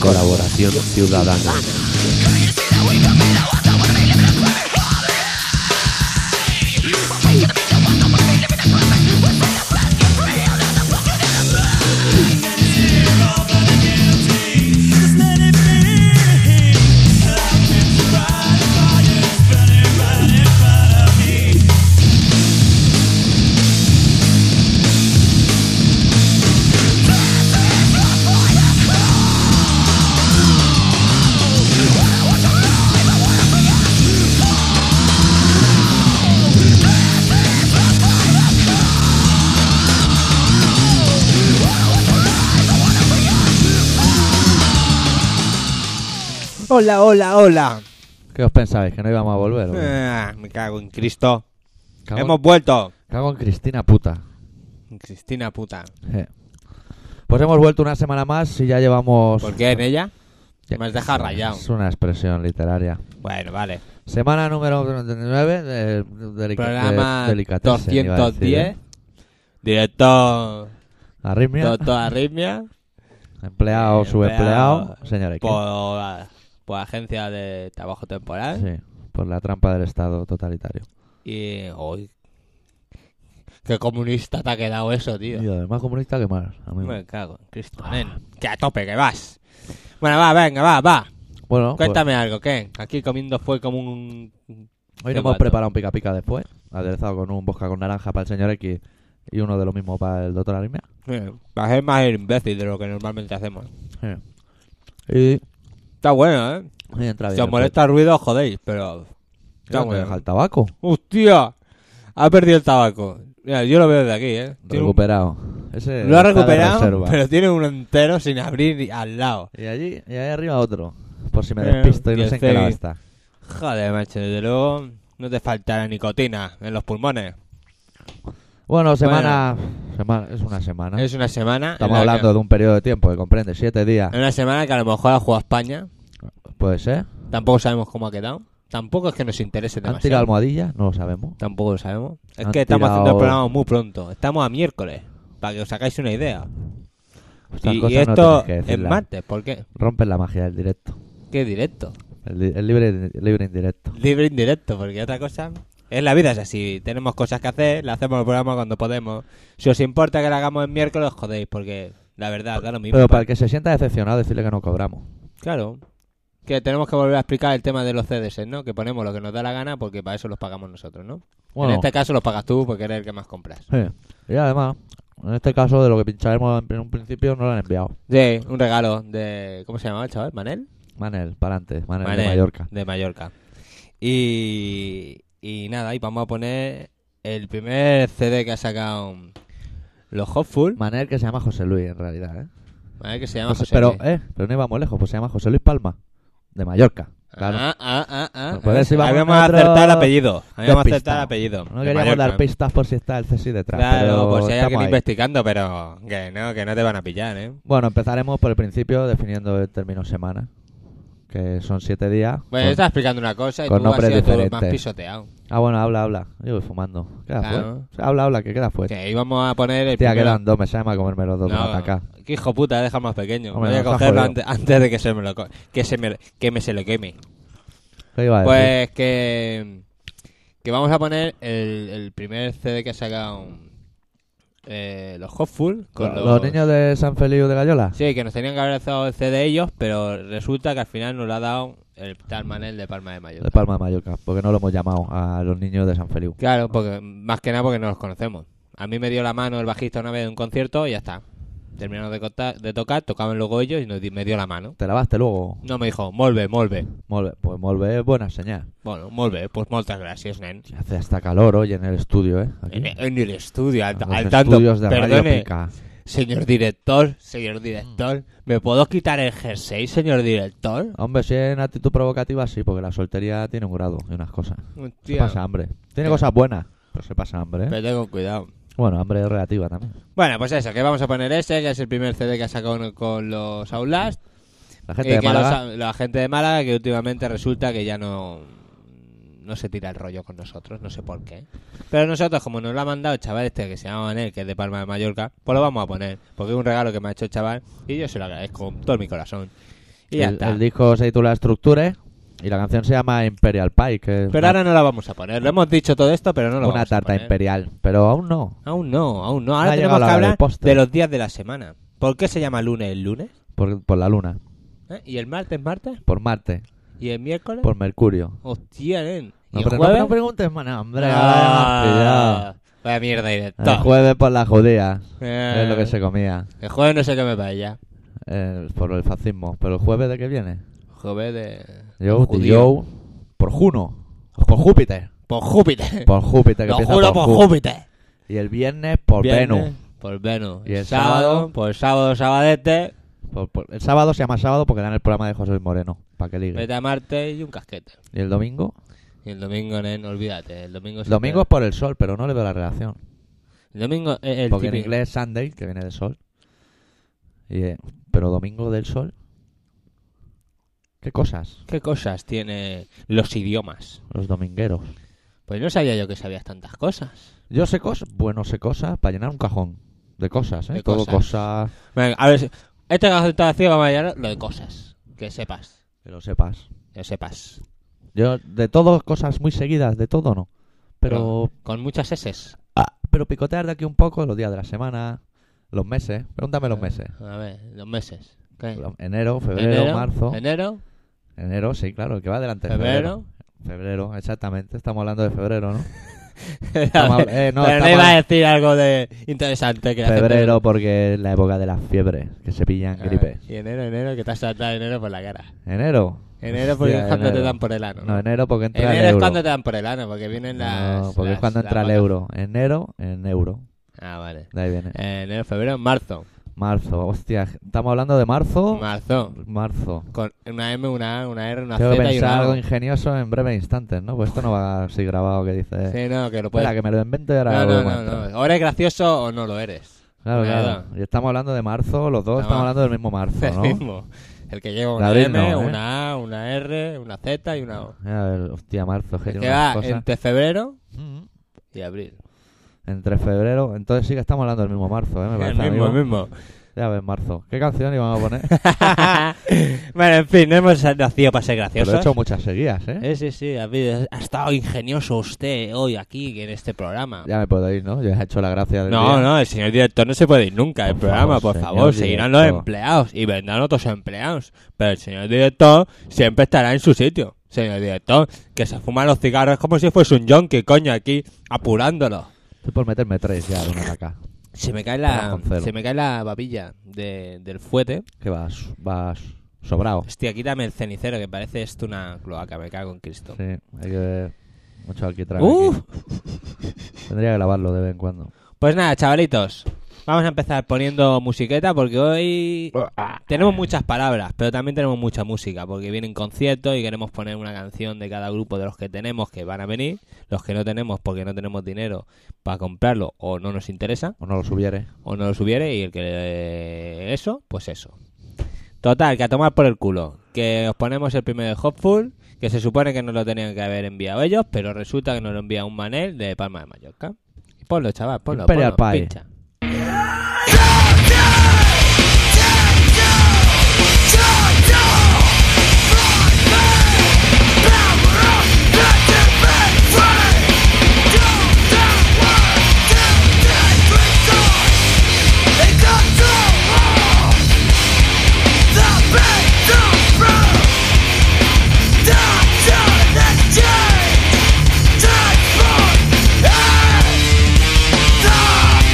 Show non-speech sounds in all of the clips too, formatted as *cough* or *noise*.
Colaboración ciudadana. Hola, hola, hola. ¿Qué os pensáis? ¿Que no íbamos a volver? o qué? Ah, me cago en Cristo. Cago, Hemos vuelto. cago en Cristina puta. Cristina puta. Eh. Pues hemos vuelto una semana más y ya llevamos... ¿Por qué en ella? Ya- Pues Me has dejado rayado. Es una expresión literaria. Bueno, vale. Semana número 39 de, delica- Programa de- delicatessen, iba ¿eh? a decir, 210. ¿eh? Directo. Arritmia, Doctor Arritmia. empleado, eh, subempleado, empleado, señor X. Por, por agencia de trabajo temporal. Sí, por la trampa del Estado totalitario. Y. hoy ¡Qué comunista te ha quedado eso, tío! Tío, más comunista que más, amigo. Me cago en Cristo, Ah. nen. Que a tope, que vas. Bueno, va, venga, va, va. Bueno, pues, Cuéntame algo, ¿qué? Aquí comiendo fue como un. hoy qué nos hemos guato. preparado un pica pica después, aderezado con un bosca con naranja para el señor X y uno de lo mismo para el doctor Arritmia. Eh, Va a ser más el imbécil de lo que normalmente hacemos. Y, y Está bueno, ¿eh? entra Si bien. os molesta el ruido, jodéis, pero. Está ¿Dónde bueno. deja el tabaco? ¡Hostia! Ha perdido el tabaco. Mira, yo lo veo desde aquí, ¿eh? Tiene un- Recuperado. Ese Lo ha está de recuperado, reserva. pero tiene uno entero sin abrir y- al lado. Y allí, y ahí arriba otro. Por si me Eh, despisto y y no el sé en qué lado Cegui. está. Joder, macho, desde luego no te faltará nicotina en los pulmones. Bueno, semana, semana- Es una semana. Es una semana. en Estamos la que- Eh, hablando de un periodo de tiempo que comprende siete días. en una semana que a lo mejor ha jugado España. Puede ser. Tampoco sabemos cómo ha quedado. Tampoco es que nos interese ¿Han tirado demasiado. almohadillas? No lo sabemos. Tampoco lo sabemos. Es Han que estamos tirado- haciendo el programa muy pronto. Estamos a miércoles, para que os sacáis una idea. Estas Y, y cosas no esto tienes que es decirlas. martes, ¿por qué? Rompen la magia del directo. ¿Qué directo? El, di- el libre, libre indirecto. Libre indirecto, porque otra cosa... Es la vida, es así. Tenemos cosas que hacer, le hacemos el programa cuando podemos. Si os importa que lo hagamos el miércoles, jodéis, porque la verdad, da lo mismo. Pero para el que se sienta decepcionado, decirle que no cobramos. Claro. Que tenemos que volver a explicar el tema de los CDS, ¿no? Que ponemos lo que nos da la gana porque para eso los pagamos nosotros, ¿no? Bueno, En este caso los pagas tú porque eres el que más compras. sí. Y además, en este caso, de lo que pincharemos en un principio, no lo han enviado. Sí, un regalo de... ¿Cómo se llamaba el chaval? ¿Manel? Manel, para adelante. Manel, Manel, de Mallorca. De Mallorca. Y, y nada, y vamos a poner el primer CD que ha sacado los Hopful. Manel que se llama José Luis, en realidad, ¿eh? ¿vale? Que se llama José- José pero, Luis. eh, pero no íbamos lejos, pues se llama José Luis Palma, de Mallorca. Claro. Ah, ah, ah, ah, Pues por ah. eso íbamos Habíamos nosotros acertado el apellido. Habíamos despistados. acertado el apellido. no De queríamos Mallorca. dar pistas por si está el CSI detrás. Claro, pero por si hay estamos alguien ahí. investigando, pero que no, que no te van a pillar, ¿eh? Bueno, empezaremos por el principio definiendo el término semana, que son siete días. Bueno, Con- Pues yo estaba explicando una cosa y con tú has nombres sido tú el más diferentes. pisoteado. Ah, bueno, habla, habla. Yo voy fumando. Queda Claro. fuerte. Habla, habla, que queda fuerte. Que íbamos a poner el Tía, primero. quedan dos, me llama a comerme los dos No, Pues para acá. que hijo puta, deja más pequeño. Hombre, Voy a nos ha cogerlo jodido. antes, antes de que se me lo co- que se me, que me se lo queme. ¿Qué iba a decir? Pues que que vamos a poner el, el primer CD que ha sacado eh, los Hopful con ¿Los, los, niños de San Feliu de Gallola? Sí, que nos tenían que haber dado el CD ellos, pero resulta que al final nos lo ha dado el tal Manel de Palma de Mallorca. De Palma de Mallorca, porque no lo hemos llamado a los niños de San Feliu. Claro, porque más que nada porque no los conocemos. A mí me dio la mano el bajista una vez de un concierto y ya está. Terminamos de, cota- de tocar, tocaban luego ellos y nos di- me dio la mano. Te lavaste luego. No me dijo, molve, molve. Molt bé. Pues molt bé, buena señal. Bueno, molve, pues muchas gracias, nen. Hace hasta calor hoy en el estudio, ¿eh? Aquí. En, en el estudio, al, En al los tanto. estudios de Radio Perdone, Pica. Mm. señor director, señor director, ¿me puedo quitar el jersey, señor director? Hombre, si es en actitud provocativa, sí, porque la soltería tiene un grado y unas cosas. Se Hostia, pasa hambre. Tiene Tío. cosas buenas, pero se pasa hambre, ¿eh? pero tengo cuidado. Bueno, hambre es relativa también. Bueno, pues eso, que vamos a poner ese, que es el primer CD que ha sacado con- con los Outlast. La y gente de Eh, que los- Málaga... la gente de Málaga, que últimamente resulta que ya no no se tira el rollo con nosotros, no sé por qué. Pero nosotros, como nos lo ha mandado el chaval este que se llama Manel, que es de Palma de Mallorca, pues lo vamos a poner, porque es un regalo que me ha hecho el chaval y yo se lo agradezco con todo mi corazón. Y ya el, está. el disco se titula Estructure y la canción se llama Imperial Pie, que es Pero una, ahora no la vamos a poner. Lo hemos dicho todo esto, pero no lo una vamos tarta a poner. imperial. Pero aún no, Aún no, aún no. No Ahora ha tenemos llegado la que hora del hablar postre. de los días de la semana. ¿Por qué se llama lunes el lunes? por, por la luna, ¿Eh? ¿Y el martes martes? por Marte, ¿Y el miércoles? por Mercurio. Hostia, nen. No, ¿Y pero el no- jueves? no, preguntes, man, hombre. Ah, ahora Vaya mierda me has pillado. directo. El jueves por las judías, Eh, es lo que se comía, el jueves no sé qué me vaya. eh, por el fascismo. Pero el jueves de qué viene? Jueves de... Yo, judío. yo, por Juno, por Júpiter, Por Júpiter. *laughs* por Júpiter. que Lo empieza juro por Ju. Júpiter. Y el viernes por Viernes, Venus. Por Venus. Y el sábado- Por sábado, sabadete. Por- por- el sábado se llama sábado porque dan el programa de José Luis Moreno, para que ligue. Vete a Marte y un casquete. ¿Y el domingo? Y el domingo, nen, olvídate. El domingo, El sí domingo es que- por el sol, pero no le veo la relación. El domingo es el porque en típico- inglés es Sunday, que viene de sol. Y, eh, pero domingo del sol. ¿Qué cosas? ¿Qué cosas tiene los idiomas? Los domingueros. Pues no sabía yo que sabías tantas cosas. Yo sé cosas, bueno, sé cosas para llenar un cajón de cosas, ¿eh? De Todo cosas. cosas Venga, a ver, si- este que está vacío vamos a llamar lo de cosas. Que sepas, que lo sepas. que sepas. Yo, de todo, cosas muy seguidas, de todo no. Pero, Con muchas S. ah, pero picotear de aquí un poco los días de la semana, los meses. Pregúntame Eh. los meses. Ah, A ver, los meses. ¿Qué? Lo- Enero, febrero, marzo. Enero, Enero, sí, claro, el que va adelante. es febrero. Febrero, exactamente. Estamos hablando de *laughs* febrero, ¿no? A Estamos- ver, eh, *laughs* no, Pero no estamos- iba a decir algo de interesante que la gente- Febrero porque es la época de las fiebres, que se pillan Ah, gripes. Y enero, enero, que te has saltado enero por la cara. Enero. Enero porque Hostia, es cuando enero. te dan por el ano. No, enero porque entra enero el es euro. cuando te dan por el ano, porque vienen las. No, porque las- es cuando las entra el vacas. euro. Enero, en euro. Ah, vale. De ahí viene. Eh, enero, febrero, marzo. Marzo, hostia, estamos hablando de marzo. Marzo. Marzo. Con una M, una A, una R, una Tengo que Z y pensar una algo O. ingenioso en breves instantes, ¿no? Pues esto no va así grabado que dice. Sí, no, que lo puedes. Espera, que me lo invento y ahora No, lo no, no, cuento. no. O eres gracioso o no lo eres. Claro, Nada. claro. Y estamos hablando de marzo, los dos Nada. estamos hablando del mismo marzo, El ¿no? mismo. El que lleva una David M, no, ¿eh? una A, una R, una Z y una O. A ver, hostia, marzo, es que El tiene que unas va cosas. entre febrero Mm. y abril. Entre febrero, entonces sí que estamos hablando del mismo marzo, ¿eh? Me El parece, mismo, el amigo. *laughs* mismo. *laughs* Ya ves, marzo. ¿Qué canción íbamos a poner? bueno, en fin, no hemos nacido para ser Pero graciosos. he hecho muchas seguidas, ¿eh? Eh, sí, sí, ha, habido- ha estado ingenioso usted hoy aquí en este programa. Ya me puedo ir, ¿no? Ya has hecho la gracia del No, día. no, el señor director no se puede ir nunca del Por programa, por favor, señor favor. Seguirán los director. empleados y vendrán otros empleados. Pero el señor director siempre estará en su sitio. Señor director, que se fuma los cigarros como si fuese un yonki, coño, aquí apurándolo. Estoy por meterme tres ya de una para acá. Se me cae Vamos la, con cero. se me cae la babilla de- del fuete. Que vas, vas sobrado. Hostia, quítame el cenicero, que parece esto una cloaca, me cago en Cristo. Sí, hay que ver mucho alquitrán Uf. aquí. Tendría que lavarlo de vez en cuando. Pues nada, chavalitos, vamos a empezar poniendo musiqueta porque hoy tenemos muchas palabras, pero también tenemos mucha música porque vienen conciertos y queremos poner una canción de cada grupo de los que tenemos que van a venir, los que no tenemos porque no tenemos dinero para comprarlo o no nos interesa O no lo subiere. o no los hubiere y el que eh, eso, pues eso. Total, que a tomar por el culo. Que os ponemos el primero de Hopful, que se supone que nos lo tenían que haber enviado ellos, pero resulta que nos lo envía un manel de Palma de Mallorca. Ponlo, chaval, ponlo, Imperial ponlo, Pie. pincha.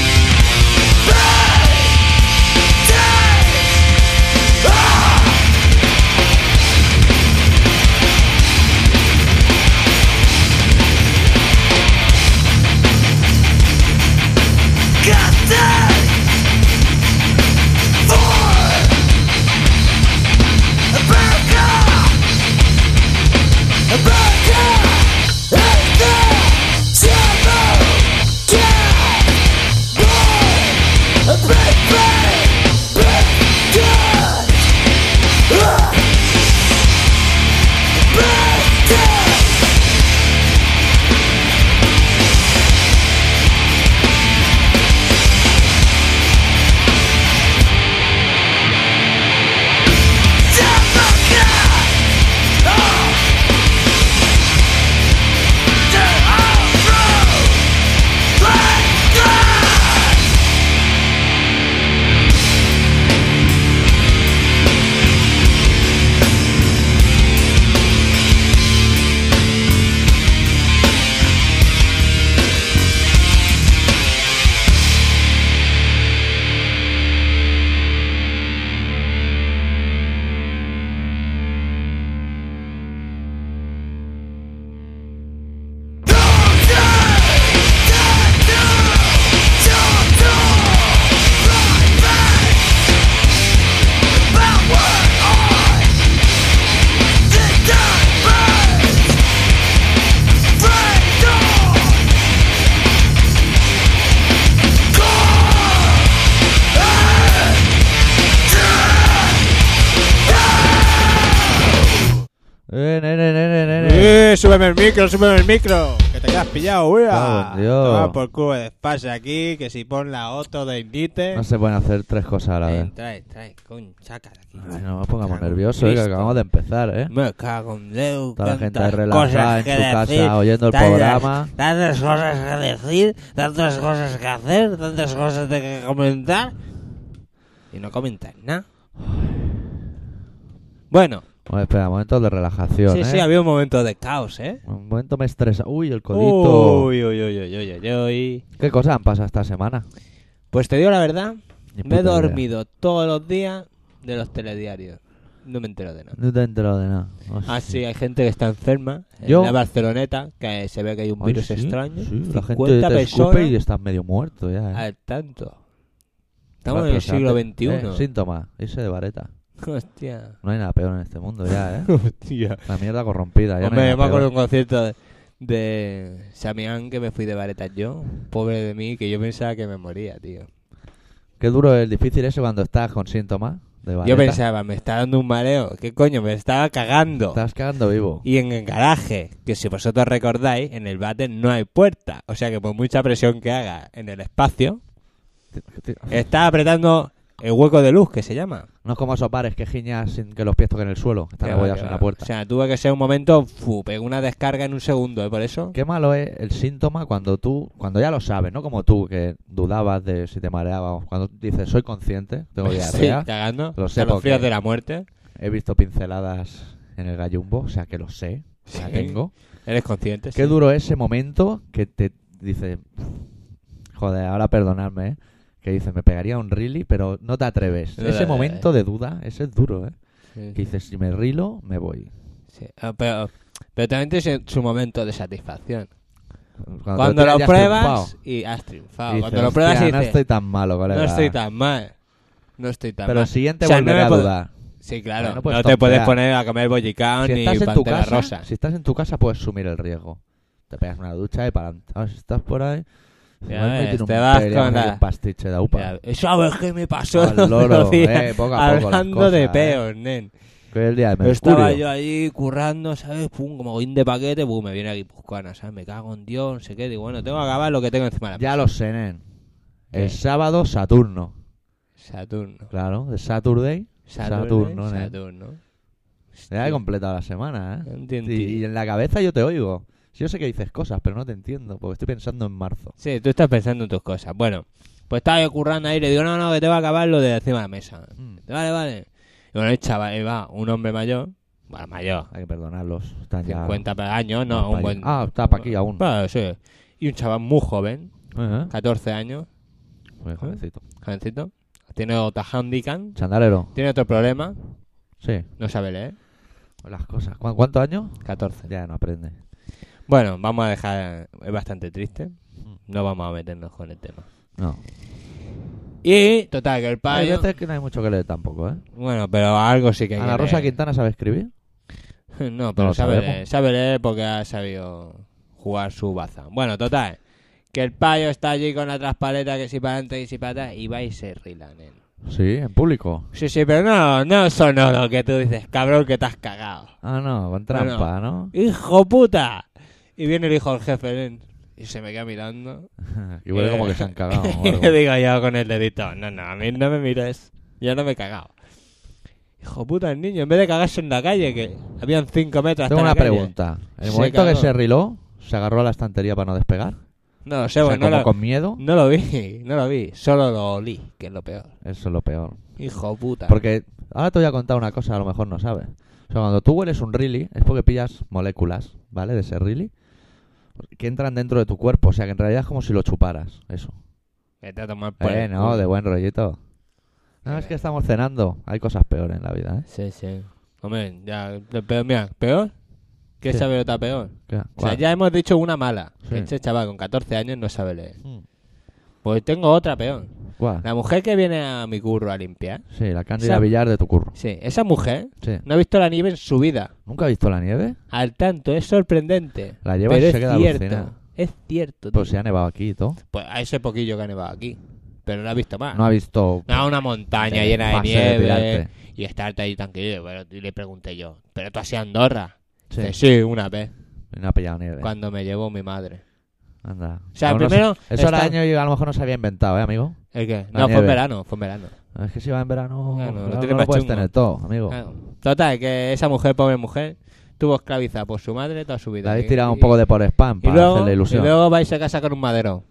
Transform! Eh, nene, nene, nene. ¡Eh! ¡Súbeme el micro, súbeme el micro! ¡Que te quedas pillado, Cago wea! en Dios. Toma por culo de despacio aquí, que si pon la otro de indite... No se pueden hacer tres cosas a la vez. Trae, trae, coño, sácala aquí. Ay, no nos pongamos Cago en nerviosos, eh, que Cristo. acabamos de empezar, ¿eh? Me cago en Dios, Toda la gente tantas relajada cosas en que su casa decir, oyendo el tantas- programa. Tantas cosas que decir, tantas cosas que hacer, tantas cosas de que comentar. Y no comentar nada. Bueno, Bueno, espera, momento de relajación, sí, ¿eh? sí, había un momento de caos, ¿eh? Un momento me estresa. Uy, el codito. Uy, uy, uy, uy, uy, uy, uy. ¿Qué cosas han pasado esta semana? Pues te digo la verdad, me Ni puta he idea. dormido todos los días de los telediarios. No me entero de nada. No te he enterado de nada. Hostia. Ah, sí, hay gente que está enferma. Yo- En la Barceloneta, que se ve que hay un Ay, virus sí, Ah, extraño. sí, la 50 gente te personas escupe y estás medio muerto ya. ¿eh? al tanto. Estamos Joder, en pero el se hace- siglo XXI. eh, síntomas, irse de vareta. *laughs* Hostia. No hay nada peor en este mundo ya, *laughs* ¿eh? Hostia. La mierda corrompida. Ya no hay Hombre, yo me nada acuerdo de peor. un concierto de, de Samián que me fui de vareta yo. Pobre de mí, que yo pensaba que me moría, tío. Qué duro es difícil eso cuando estás con síntomas de vareta. Yo pensaba, me está dando un mareo. ¿Qué coño? Me estaba cagando. Estás cagando vivo. Y en el garaje, que si vosotros recordáis, en el váter no hay puerta. O sea que por mucha presión que haga en el espacio, está apretando el hueco de luz, que se llama. No es como esos bares que giñas sin que los pies toquen el suelo. Están Que va, apoyados que en va. la puerta. O sea, tuve que ser un momento, fu, pegó una descarga en un segundo, ¿eh? Por eso. Qué malo es el síntoma cuando tú, cuando ya lo sabes, no como tú que dudabas de si te mareabas. Cuando dices, soy consciente, *laughs* tengo Sí, diarrea, cagando. Lo sé Con los porque- fríos de la muerte. he visto pinceladas en el gallumbo, o sea que lo sé, la Sí. tengo. Eres consciente. Qué sí. duro es ese momento que te dice, joder, ahora perdonadme, ¿eh? que dice, me pegaría un rili, pero no te atreves. No te ese atreves. momento de duda, ese es duro, ¿eh? Sí, Que dices, si me rilo, me voy. sí. Ah, Pero, pero también tiene su momento de satisfacción. Cuando, te Cuando, tiras lo ya has pruebas triunfado. y has triunfado. Y Cuando dices, lo pruebas y "Hostia, dices, no estoy tan malo, colega. tan mal. No estoy tan Pero mal. el siguiente O sea, no volveré me a puedo- dudar. Sí, claro. Bueno, no pues te puedes tontear. poner a comer bollicán si ni estás en tu pantera casa, rosa. si estás en tu casa puedes asumir el riesgo. Te pegas una ducha y para adelante. Ahora si estás por ahí, Ya me he ves, metido un te vas peleazo con aquí, la- un pastiche de upa. Ya, ¿Sabes qué me pasó Al *laughs* el otro loro, día? eh, poco a poco las Hablando de cosas, eh. peos, nen. Que es el día de Yo Mercurio. estaba yo allí currando, ¿sabes? Pum, como guin de paquete, pum, me viene aquí Puscuana, ¿sabes? Me cago en Dios, no sé qué. Digo, bueno, tengo que acabar lo que tengo encima de la Ya lo sé, nen. Ah, pues ¿Qué? El sábado, Saturno. Saturno. Claro, de Saturday. Saturno, ¿eh? Saturno, nen. Saturno. Ya he Hostia, completado la semana, ¿eh? no entiendo. Y, y en la cabeza yo te oigo. Si Yo sé que dices cosas, pero no te entiendo, porque estoy pensando en marzo. Sí, tú estás pensando en tus cosas. Bueno, pues estaba yo currando ahí, le digo, no, no, que te va a acabar lo de encima de la mesa. Mm, Vale, vale. Y bueno, el chaval, ahí va un hombre mayor, bueno, mayor, hay que perdonarlos. Están ya- 50 años, están no, pa' un buen... Ah, está para aquí aún. Bueno, sí. Y un chaval muy joven, Eh, eh. 14 años, Pues, jovencito. jovencito, tiene otra handicap, Chandalero. tiene otro problema, Sí. no sabe leer, Las cosas. ¿Cu- ¿Cuántos años? 14. Ya no aprende. Bueno, vamos a dejar, es bastante triste, Mm. no vamos a meternos con el tema. No. Y, total, que el Hay payo... veces que no hay mucho que leer tampoco, ¿eh? Bueno, pero algo sí que... hay Ana que Rosa leer. Quintana sabe escribir. *laughs* No, pero lo sabe, sabemos. leer, sabe leer porque ha sabido jugar su baza. Bueno, total. Que el payo está allí con la traspaleta que si para adelante y si para atrás y va y se rila, nen. Sí, en público. Sí, sí, pero no, no sonoro que tú dices, cabrón, que te has cagado. Ah, no, con trampa, ¿no? *laughs* ¡Hijo puta! Y viene el hijo del jefe, nen. Y se me queda mirando. y huele como que se han cagado. *laughs* o y algo. le digo yo con el dedito, no, no, a mí no me mires. Yo no me he cagado. Hijo puta, el niño, en vez de cagarse en la calle, que habían 5 metros hasta Tengo una la calle. pregunta. En el Se momento que cagó. se riló, se agarró a la estantería para no despegar. No lo sé, o sea, bueno, no como lo- con miedo, No lo vi, *laughs* no lo vi, solo lo olí, que es lo peor. eso es lo peor. Hijo puta. Porque ahora te voy a contar una cosa, a lo mejor no sabes. O sea, cuando tú hueles un rili, es porque pillas moléculas, ¿vale? De ese rili, que entran dentro de tu cuerpo. O sea, que en realidad es como si lo chuparas. Eso. Vete a tomar por Eh, el no, culo. de buen rollito. No, Qué es que bien. estamos cenando. Hay cosas peores en la vida, ¿eh? Sí, sí. Hombre, ya, pero mira, peor. ¿Qué Sí. sabe otra peor? ¿Qué? O sea, ¿Cuál? ya hemos dicho una mala. Sí. Este chaval con 14 años no sabe leer. Mm, Pues tengo otra peor. ¿Cuál? La mujer que viene a mi curro a limpiar. Sí, la Cándida Esa- Villar de tu curro. Sí, esa mujer Sí. no ha visto la nieve en su vida. ¿Nunca has visto la nieve? Al tanto, es sorprendente. La llevas pero y es se queda cierto. alucinada. Es cierto. Pues tío. se ha nevado aquí y todo. Pues a ese poquillo que ha nevado aquí. Pero no ha visto más. No ha visto... Ah. No, una montaña Eh, llena de fase de nieve pirarte. y estarte ahí tranquilo. Bueno, y le pregunté yo, ¿pero tú has ido a Andorra? Sí. Dice, Sí, una vez, Y no ha pillado nieve. cuando me llevó mi madre. Anda. O sea, Aún no primero se- Eso era está- año y a lo mejor no se había inventado, ¿eh, amigo? ¿El qué? No, La fue en nieve. verano, fue en verano. Es que si va en verano... Claro, lo claro, tiene no más lo puedes chungo. Ah, tener todo, amigo. Claro. Total, que esa mujer, pobre mujer, tuvo esclavizada por su madre toda su vida. Le habéis Y- tirado un y- poco de por spam y para luego, hacerle ilusión. y luego vais a casa con un madero.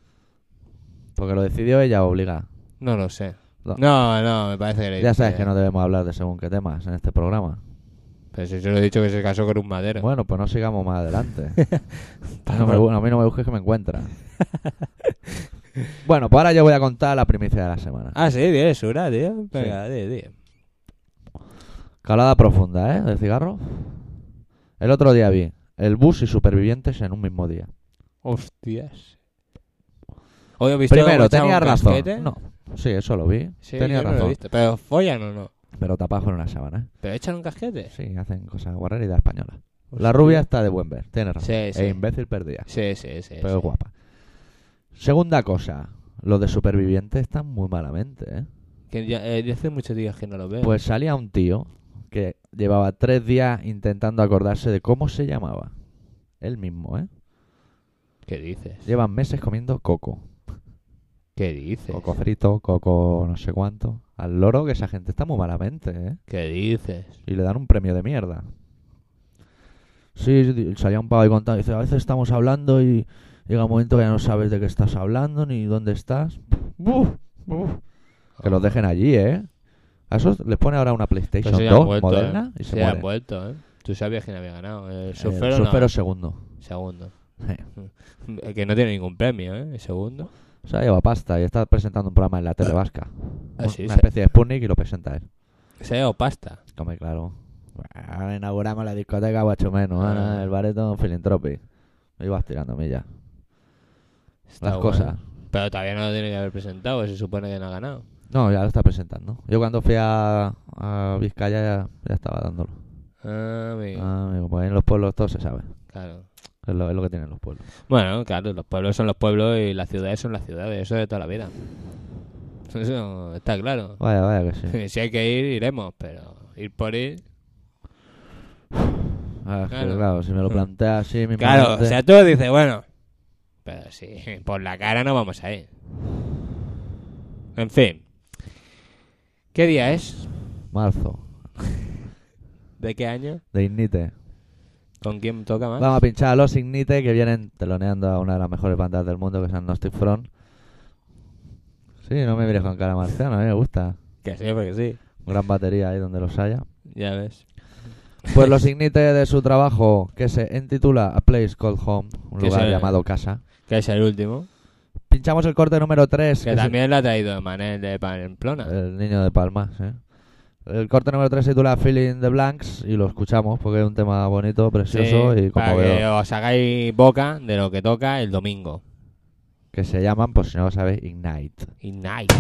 Porque lo decidió ella obliga. No lo sé. No. No, no, me parece que... le Ya sabes dije- que no debemos hablar de según qué temas en este programa. Pero si yo le he dicho que se casó con un madero. Bueno, pues no sigamos más adelante. *laughs* Para- No me bu- a mí no me busques que *laughs* me encuentra. bueno, pues ahora yo voy a contar la primicia de la semana. Ah, sí, bien, Sura, tío. Venga, di, di. Calada profunda, ¿eh? De cigarro. El otro día vi el bus y supervivientes en un mismo día. Hostias. Hoy he visto Primero, cómo echaba tenía un razón. casquete. No, sí, eso lo vi. Sí, tenía yo no lo he razón. visto. Pero follan o no. Pero tapajo en una sábana. Pero echan un casquete. Sí, hacen cosas guarreridas españolas. La rubia está de buen ver, tienes razón. Sí, sí. E imbécil perdida. Sí, sí, sí. pero sí. es guapa. Segunda cosa, los de supervivientes están muy malamente, ¿eh? Que ya, eh, yo hace muchos días que no lo veo. Pues salía un tío que llevaba tres días intentando acordarse de cómo se llamaba. Él mismo, ¿eh? ¿Qué dices? Llevan meses comiendo coco. ¿Qué dices? Coco frito, coco no sé cuánto. Al loro que esa gente está muy malamente, ¿eh? ¿Qué dices? Y le dan un premio de mierda. Sí, di- salía un pavo y contando. Dice, a veces estamos hablando y llega un momento que ya no sabes de qué estás hablando ni dónde estás. Buf, buf. Que los dejen allí, ¿eh? A esos les pone ahora una Pues PlayStation se han 2 vuelto, moderna ¿eh? y se, han mueren. vuelto, ¿eh? Tú sabías quién había ganado. El Eh, sufero, Surfero segundo. no. Segundo. Sí. *laughs* El que no tiene ningún premio, ¿eh? El segundo. O sea, lleva pasta y está presentando un programa en la tele vasca. Ah, Un- sí, una sí. especie de Sputnik y lo presenta él. Se ha dado pasta. Come claro. Ahora inauguramos la discoteca pues, Guachomeno, Ah. el bareto Filantropi. Me ibas tirando millas. Está Las bueno. cosas. Pero todavía no lo tiene que haber presentado. Se supone que no ha ganado. No, ya lo está presentando. Yo cuando fui a, a Vizcaya ya, ya estaba dándolo. Ah, amigo. Ah, amigo, pues en los pueblos todo se sabe. Claro. Es lo, es lo que tienen los pueblos. Bueno, claro, los pueblos son los pueblos y las ciudades son las ciudades. Eso de toda la vida. *laughs* Eso está claro. Vaya, vaya que sí. si hay que ir, iremos, pero ir por ir. Ah, es que, Claro. claro, si me lo planteas así, mi Claro, o sea, tú dices, bueno. Pero sí, por la cara no vamos a ir. En fin. ¿Qué día es? marzo, ¿De qué año? de Ignite. ¿Con quién toca más? Vamos a pinchar a los Ignite que vienen teloneando a una de las mejores bandas del mundo que son Gnostic Front. Sí, no me mires con cara marciana, a mí me gusta. Que sí, porque sí. Gran batería ahí donde los haya. Ya ves. Pues los Ignite de su trabajo que se intitula A Place Called Home, un Que lugar se- llamado casa. Que es el último. Pinchamos el corte número 3. Que también lo ha traído Manel de Pamplona. El niño de Palma, sí. El corte número 3 se titula Feeling the Blanks y lo escuchamos porque es un tema bonito, precioso Sí, y para conmovedor. que os hagáis boca de lo que toca el domingo. que se llaman, por si no lo sabes, Ignite. Y Nike.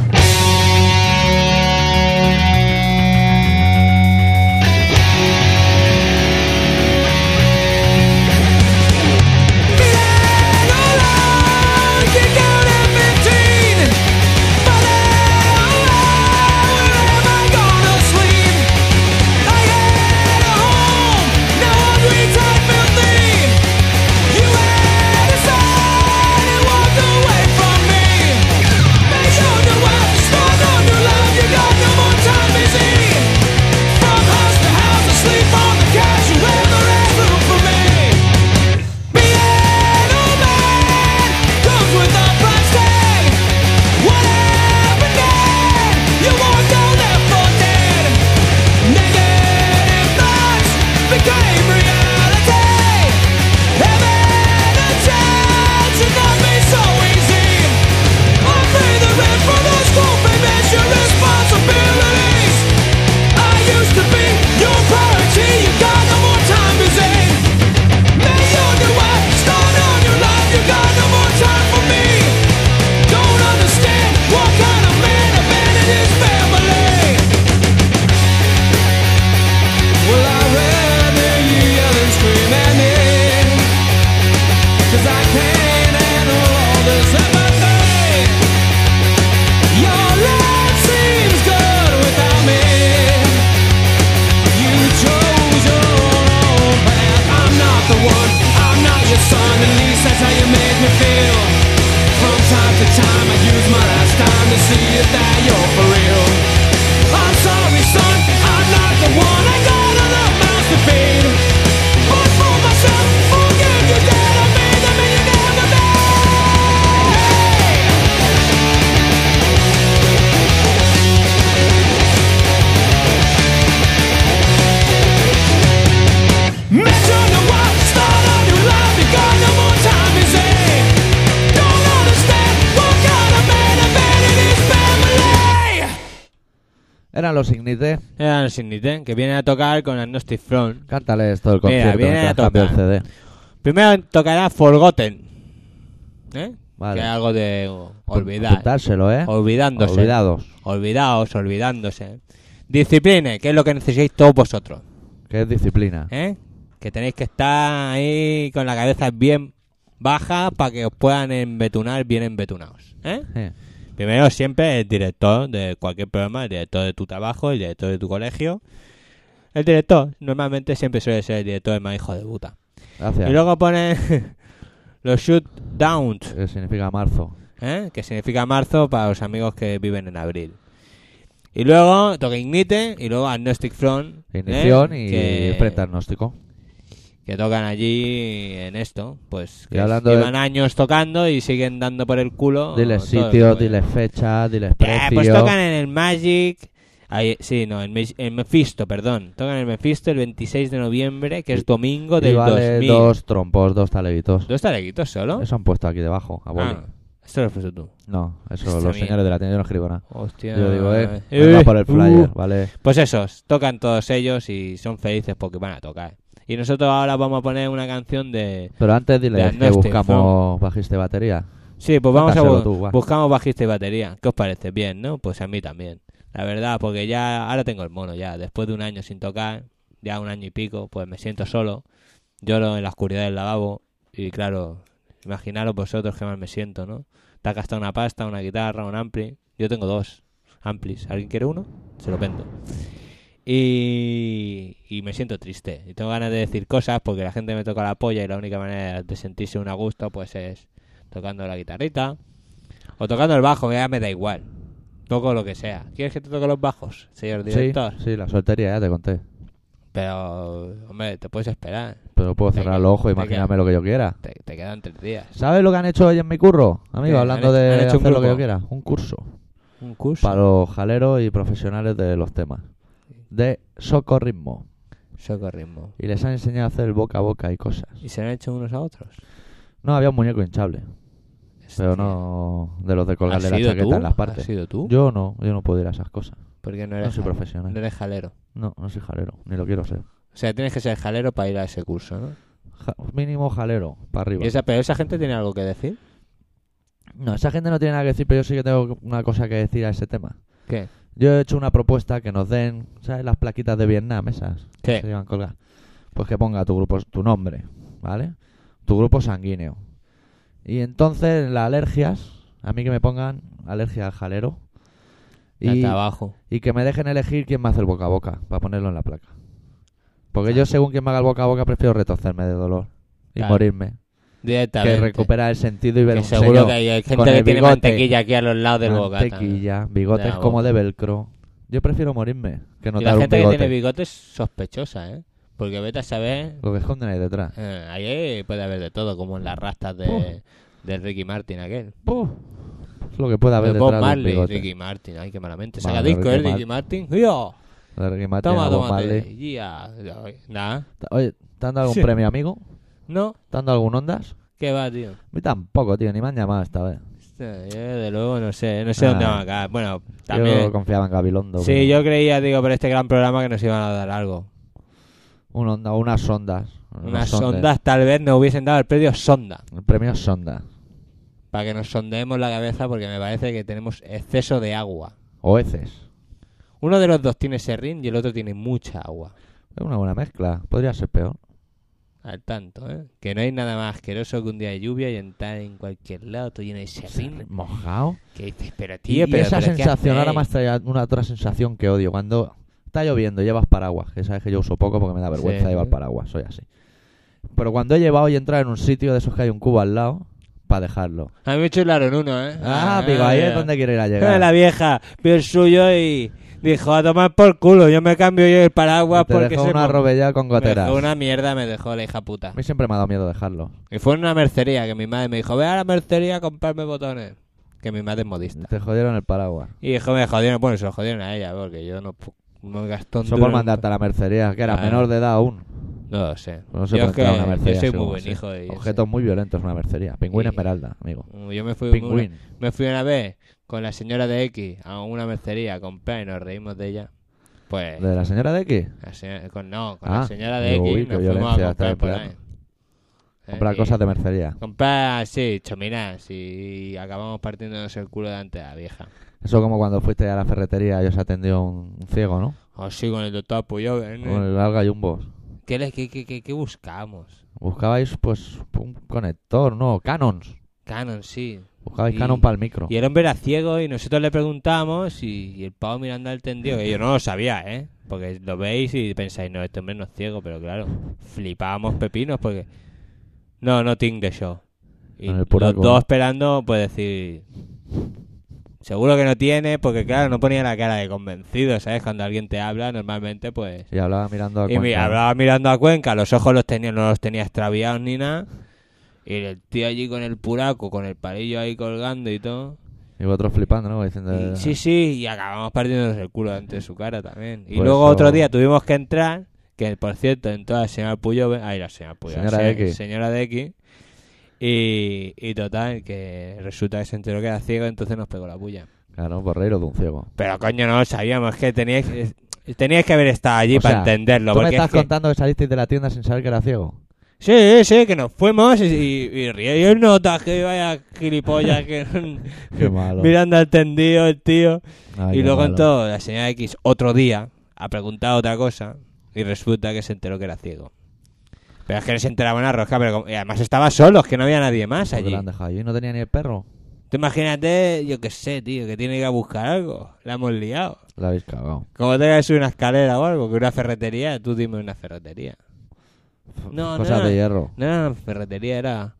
Sleep on the couch, you have the restroom for me. Be an old man. Eran los Ignite. Eran los Ignite, que vienen a tocar con Agnostic Front. Cántales todo el Mira, concierto vienen mientras a cambio el tocar. CD. Primero tocará Forgotten. ¿Eh? Vale. Pues Que es algo de olvidar. Apuntárselo, ¿eh? Olvidándose. Olvidados. Olvidaos, olvidándose. Discipline, que es lo que necesitáis todos vosotros. Que es disciplina. ¿eh? Que tenéis que estar ahí con la cabeza bien baja para que os puedan embetunar bien embetunados. ¿eh? Eh. Primero siempre el director de cualquier programa, el director de tu trabajo, el director de tu colegio. El director, normalmente siempre suele ser el director el más hijo de puta. Gracias. Y luego pone *laughs* los shootdowns, Que significa marzo. ¿eh? que significa marzo para los amigos que viven en abril. Y luego toca Ignite y luego Agnostic Front. ¿eh? Ignición y que, frente agnóstico. que tocan allí en esto. Pues Y que hablando de- llevan años tocando y siguen dando por el culo. Dile todo el sitio, rollo. dile fecha, dile Eh, precio. pues tocan en el Magic. ahí- sí, no, en, Mes- en Mephisto, perdón. Tocan en el Mephisto el 26 de noviembre, que es domingo y del vale 2000. dos trompos, dos taleguitos. ¿Dos taleguitos solo? Eso han puesto aquí debajo, a boli. Ah, esto lo has puesto tú. No, eso Está los bien. señores de la tienda no escribo nada. Hostia. Yo digo, eh, Eh, venga por el flyer, uh. ¿vale? Pues esos, tocan todos ellos y son felices porque van a tocar. Y nosotros ahora vamos a poner una canción de... Pero antes De dile que Agnostic buscamos bajiste batería. Sí, pues vamos a Tócaselo bu- tú, va. buscamos bajista y batería. ¿Qué os parece? Bien, ¿no? Pues a mí también. La verdad, porque ya ahora tengo el mono ya. Después de un año sin tocar, ya un año y pico, pues me siento solo. Lloro en la oscuridad del lavabo y claro, imaginaros vosotros qué mal me siento, ¿no? Te has gastado una pasta, una guitarra, un ampli. Yo tengo dos amplis. ¿Alguien quiere uno? Se lo vendo. Y, y me siento triste. Y tengo ganas de decir cosas porque la gente me toca la polla y la única manera de sentirse un a gusto pues es tocando la guitarrita o tocando el bajo, que ya me da igual. Toco lo que sea. ¿Quieres que te toque los bajos, señor director? Sí, sí, la soltería, ya te conté. Pero, hombre, te puedes esperar. Pero puedo cerrar Venga, los ojos, venga. imaginarme lo que yo quiera. Te, te quedan tres días. ¿Sabes lo que han hecho hoy en mi curro? Amigo, ¿Qué? hablando ¿Han hecho- de han hecho hacer un lo que yo grupo? quiera. Un curso Un curso. para los jaleros y profesionales de los temas. De socorrismo. Socorrismo. Y les han enseñado a hacer el boca a boca y cosas. ¿Y se han hecho unos a otros? No, había un muñeco hinchable. Pero Hostia. no de los de ¿Has colgarle la sido chaqueta tú? en las ¿Has partes. sido tú? Yo no, yo no puedo ir a esas cosas. Porque no No eres, soy jal- profesional. no eres jalero. No, no soy jalero, ni lo quiero ser. O sea, tienes que ser jalero para ir a ese curso, ¿no? Ja- mínimo jalero, para arriba. Y esa, pero esa gente tiene algo que decir. No, esa gente no tiene nada que decir, pero yo sí que tengo una cosa que decir a ese tema. ¿Qué? Yo he hecho una propuesta que nos den, ¿sabes? Las plaquitas de Vietnam, esas. que ¿Qué? Se llevan colgadas. Pues que ponga tu grupo, tu nombre, ¿vale? Tu grupo sanguíneo. Y entonces las alergias, a mí que me pongan alergia al jalero. Al Y, trabajo. y que me dejen elegir quién me hace el boca a boca, para ponerlo en la placa. Porque yo, según quién me haga el boca a boca, prefiero retorcerme de dolor y Claro. morirme. Directamente. Que recuperar el sentido y ver Que un seguro señor que hay- hay con gente que el tiene bigote. mantequilla aquí a los lados del bocata. Mantequilla, bigotes De la como boca. de velcro. Yo prefiero morirme que Y la notar un gente que bigote. tiene bigotes sospechosa, ¿eh? Porque vete a saber. Lo que esconden ahí detrás. eh, ahí puede haber de todo, como en las rastas de, de Ricky Martin aquel. ¡Puf! Es lo que puede haber de Bob detrás de un Marley, bigote. Ricky Martin. Ay, qué malamente. Saca Madre, disco, ¿eh? Ricky Ricky Martin. ¡Yo! De Ricky Martin Toma, a Bob tómate. Marley. Ya. Nada. Ta- Oye, ¿te han dado algún Sí. premio, amigo? No. ¿Te han dado algún Ondas? ¿Qué va, tío? A mí tampoco, tío. Ni me han llamado esta vez. Hostia, Yo, de luego, no sé. No sé Ah. dónde vamos a acabar. Bueno, también. Yo confiaba en Gabilondo. Sí, pero yo creía, digo, por este gran programa que nos iban a dar algo. Un onda, unas ondas. Unas ondas. sondas tal vez nos hubiesen dado el predio sonda. El premio sonda. Para que nos sondeemos la cabeza porque me parece que tenemos exceso de agua. O heces. Uno de los dos tiene serrín y el otro tiene mucha agua. Es una buena mezcla. Podría ser peor. Al tanto, ¿eh? Que no hay nada más asqueroso que un día de lluvia y entrar en cualquier lado, tú lleno de serrín. Mojado. Que dices, pero Y, tío, y pero, esa pero ¿qué sensación ahora hacéis? me has traído una otra sensación que odio. Cuando está lloviendo y llevas paraguas, que sabes que yo uso poco porque me da vergüenza Sí. llevar paraguas, soy así. Pero cuando he llevado y he entrado en un sitio de esos que hay un cubo al lado, para dejarlo. A mí me chularon uno, ¿eh? Ah, pico, ahí es donde quiero ir a Ah, *laughs* llegar. La vieja vio el suyo y dijo, a tomar por culo, yo me cambio yo el paraguas Y te porque dejó se una mo- robellada con me goteras. dejó una mierda, me dejó la hija puta. A mí siempre me ha dado miedo dejarlo. Y fue en una mercería que mi madre me dijo, ve a la mercería a comprarme botones. Que mi madre es modista. Te jodieron el paraguas. Y dijo, me jodieron, bueno, se lo jodieron a ella, porque yo no, pu- no gastó un Eso duro por en- mandarte a la mercería, que era Ah. menor de edad aún. No lo sé. No se yo, es puede entrar que- a una yo mercería soy así muy como buen así. hijo. y- Objetos muy violentos, una mercería. Pingüín Sí. Esmeralda, amigo. Yo me fui, una, Pingüín. me fui una vez con la señora de X a una mercería a comprar y nos reímos de ella. Pues, ¿De la señora de qué? la señora- con, no, con Ah, la señora de uy, X qué nos fuimos violencia a está comprar por ahí. empleando. Comprar Eh, y- cosas de mercería. Comprar, sí, chominas y acabamos partiéndonos el culo delante de la vieja. Eso como cuando fuiste a la ferretería y os atendió un, un ciego, ¿no? O sí, con el doctor Puyol. ¿eh? Con el alga y un boss. ¿Qué, le- qué- qué- qué- qué buscamos? Buscabais, pues, un conector, ¿no? Canons. Canon, sí. Buscabais Y- Canon para el micro. Y el hombre era ciego y nosotros le preguntamos y, y el pavo mirando al tendido, que yo no lo sabía, ¿eh? Porque lo veis y pensáis, no, este hombre no es ciego, pero claro, flipábamos pepinos porque... No, no ting de show. Y En el los puraco, ¿no? dos esperando, pues decir... Seguro que no tiene, porque claro, no ponía la cara de convencido, ¿sabes? Cuando alguien te habla, normalmente pues... Y hablaba mirando a Y mi- Cuenca. hablaba mirando a Cuenca, los ojos los tenía, no los tenía extraviados ni nada. Y el tío allí con el puraco, con el palillo ahí colgando y todo. Y vosotros flipando, ¿no? Diciendo... Y- sí, sí, y acabamos partiéndonos el culo ante su cara también. Y Pues luego eso- otro día tuvimos que entrar, que por cierto entró la señora Puyo, ay, la señora Puyo, Señora la se- X. señora de X. Y, y total, que resulta que se enteró que era ciego, entonces nos pegó la puya. Claro, un borrero de un ciego. Pero coño, no lo sabíamos, es que teníais, teníais que haber estado allí O para sea, entenderlo. Tú me porque estás es que- contando que salisteis de la tienda sin saber que era ciego. Sí, sí, que nos fuimos y, y, y ríe. Y él nota que vaya gilipollas que *laughs* Qué malo. mirando al tendido el tío. Ay, y qué luego malo. entró la señora X otro día a preguntar otra cosa y resulta que se enteró que era ciego. Pero es que no se enteraba una rosca, pero como- y además estaba solo, es que no había nadie más Porque allí. lo han dejado allí. No tenía ni el perro. Tú imagínate, yo qué sé, tío, que tiene que ir a buscar algo. La hemos liado. La habéis cagado. Como tenga que subir una escalera o algo, que una ferretería, tú dime una ferretería. No, Cosas no. de hierro. No era una ferretería, era...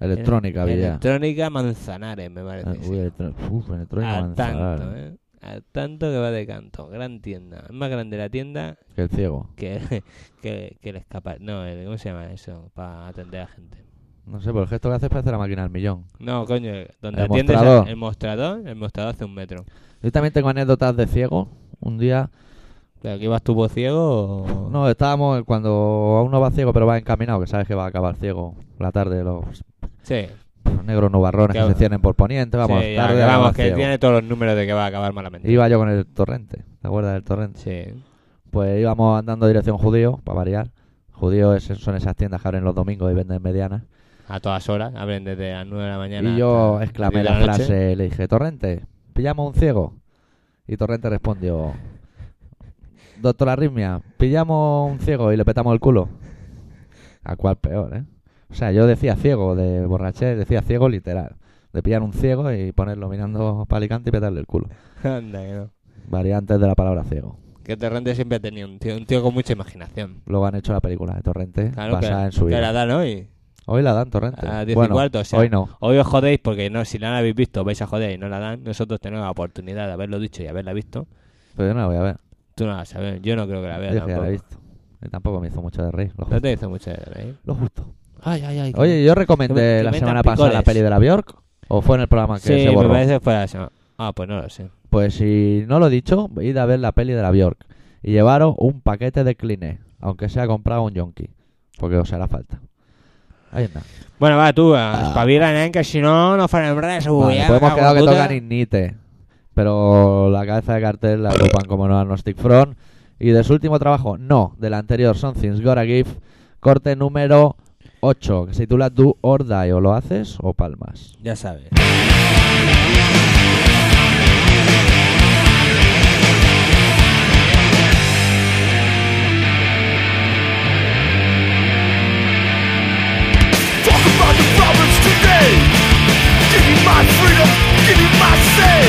Electrónica, Era- había. Electrónica Manzanares, me Ah, parece. sí. Uy, electro- Uf, electrónica A manzana. Ah, tanto, ¿eh? A tanto que va de canto. Gran tienda. Es más grande la tienda Que el ciego. que, *laughs* que, que el escapar. No, el- ¿cómo se llama eso? Para atender a gente. No sé, por el gesto que haces parece la máquina del millón. No, coño, el- donde El atiendes a- mostrador. el mostrador, el mostrador hace un metro. Yo también tengo anécdotas de ciego. Un día, ¿Pero aquí vas tú por ciego o...? no, estábamos cuando aún no va ciego, pero va encaminado, que sabes que va a acabar ciego la tarde. Los Sí, negros nubarrones Que que se va- ciernen por poniente, vamos, sí, ya, tarde. que va vamos, que ciego. tiene todos los números de que va a acabar malamente. Iba yo con el torrente, ¿te acuerdas del torrente? Sí. Pues íbamos andando dirección judío, para variar. Judío es- son esas tiendas que abren los domingos y venden medianas. A todas horas, abren desde las 9 de la mañana. Y yo hasta las exclamé 10 de la noche. frase, le dije, Torrente, pillamos un ciego. Y Torrente respondió, Doctor Arritmia, pillamos un ciego y le petamos el culo. A cual peor, ¿eh? O sea, yo decía ciego de borrachez, decía ciego literal. De pillar un ciego y ponerlo mirando palicante y petarle el culo. *laughs* Anda, que no. Variantes de la palabra ciego. Que Torrente siempre ha tenido un tío, un tío con mucha imaginación. Luego han hecho la película de Torrente Claro, basada en su Que la vida. dan hoy. Hoy la dan Torrente. A las diez y Bueno, cuarto, o sea, hoy no. Hoy os jodéis porque no, si no la habéis visto, vais a joder y no la dan. Nosotros tenemos la oportunidad de haberlo dicho y haberla visto. Pero yo no la voy a ver. Tú no la sabes, yo no creo que la veas. Yo que ya la he tampoco. visto. Y tampoco me hizo mucho de reír. No Lo justo. te hizo mucha idea, ¿eh? Lo justo. Ay, ay, ay. que- Oye, yo recomendé que me- que la metan semana pasada la picores. peli de la Bjork. ¿O fue en el programa Ah, que sí, se me borró? parece que fue la semana. Ah, pues no lo sé. Pues si no lo he dicho, id a ver la peli de la Bjork. Y llevaros un paquete de Kleenex. Aunque sea comprado un yonki. Porque os hará falta. Ahí está. Bueno, va, tú, espabila, nen, que si no, no farem res. avui, Ah. Vale, eh, pues hemos cago en quedado que puta. tocan Ignite. Pero la cabeza de cartel la agrupan como no Agnostic Front. Y de su último trabajo, no, del anterior Something's Gotta Give, corte número 8, que se titula Do or Die. O lo haces o palmas. Ya sabes. Talk about the problems today. Give me my freedom, give me my say.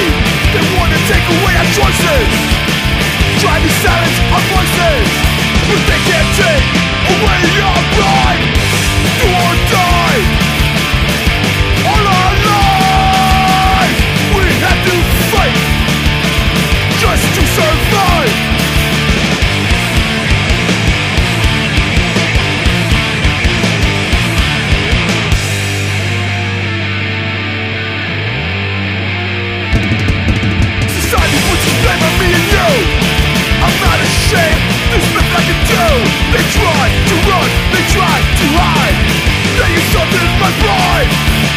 They want to take away our choices. Try to silence our voices, but they can't take away your pride. Do or die. All our lives, we have to fight just to survive. Society puts its blame on me and you I'm not ashamed, there's nothing I can do They try to run in my pride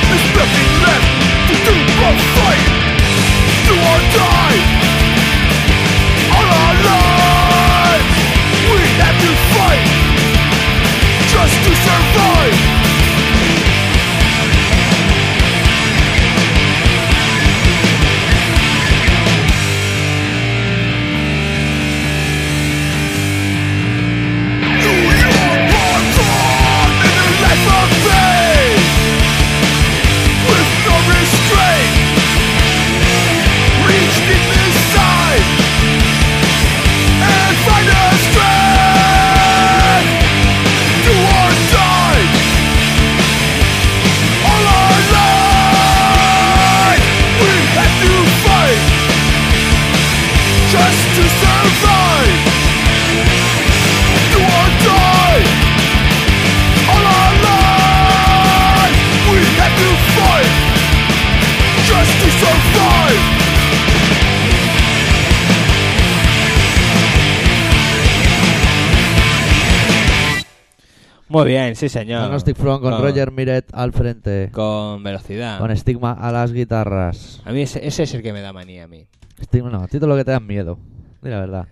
There's nothing left to do but fight Do or die All our lives We have to fight Just to survive Just to survive do or die. All our lives we had to fight just to survive. Muy bien, sí, señor. Agnostic Front con Con- Roger Miret al frente. Con velocidad. Con Stigma a las guitarras. A mí ese, ese es el que me da manía a mí. Stigma, no, a ti todo lo que te da miedo. Di la verdad.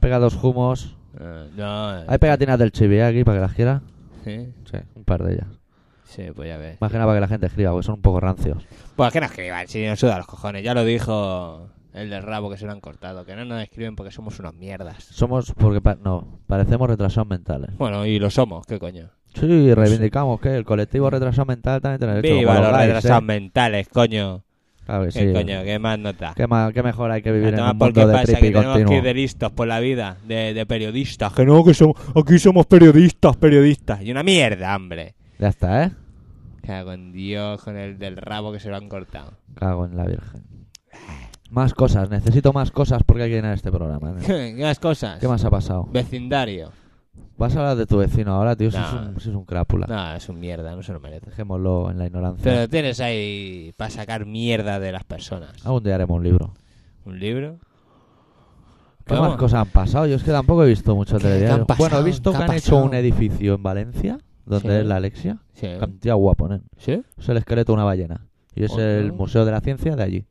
Pega dos humos. Eh, No, eh, Hay pegatinas del chibi ¿eh? aquí para que las quiera. ¿sí? Sí, un par de ellas. Sí, pues ya ves. Imagina para que la gente escriba, porque son un poco rancios. Pues que no escriban, si nos suda los cojones. Ya lo dijo el del rabo que se lo han cortado. Que no nos escriben porque somos unos mierdas. Somos, porque pa- no, parecemos retrasados mentales. Bueno, y lo somos, qué coño. Sí, reivindicamos que el colectivo retrasado mental también tiene derecho Viva como los gays, retrasados ¿eh? mentales, coño. Claro que Qué sí. coño, qué más nota. Qué, ma- qué mejor hay que vivir en A tomar un por qué mundo de pasa trippy que tenemos que ir de continuo. listos por la vida, de, de periodistas. Que no, que somos, aquí somos periodistas, periodistas. Y una mierda, hombre. Ya está, ¿eh? Cago en Dios, con el del rabo que se lo han cortado. Cago en la virgen. Más cosas, necesito más cosas porque hay que llenar este programa. ¿eh? *laughs* ¿Qué más cosas? ¿Qué más ha pasado? Vecindario. Vas a hablar de tu vecino ahora, tío. Si es No. un, si es un crápula. No, es un mierda, no se lo merece. Dejémoslo en la ignorancia. Pero tienes ahí para sacar mierda de las personas. Algún día haremos un libro. ¿Un libro? ¿Qué Vamos. más cosas han pasado? Yo es que tampoco he visto mucho ¿Qué- qué han telediario. pasado? Bueno, he visto ¿Qué que ha han hecho un pasado? edificio en Valencia, donde Sí. es la Alexia. Sí. Cantidad guapo, ¿eh? ¿Sí? Es el esqueleto de una ballena. Y es Ojo. el Museo de la Ciencia de allí.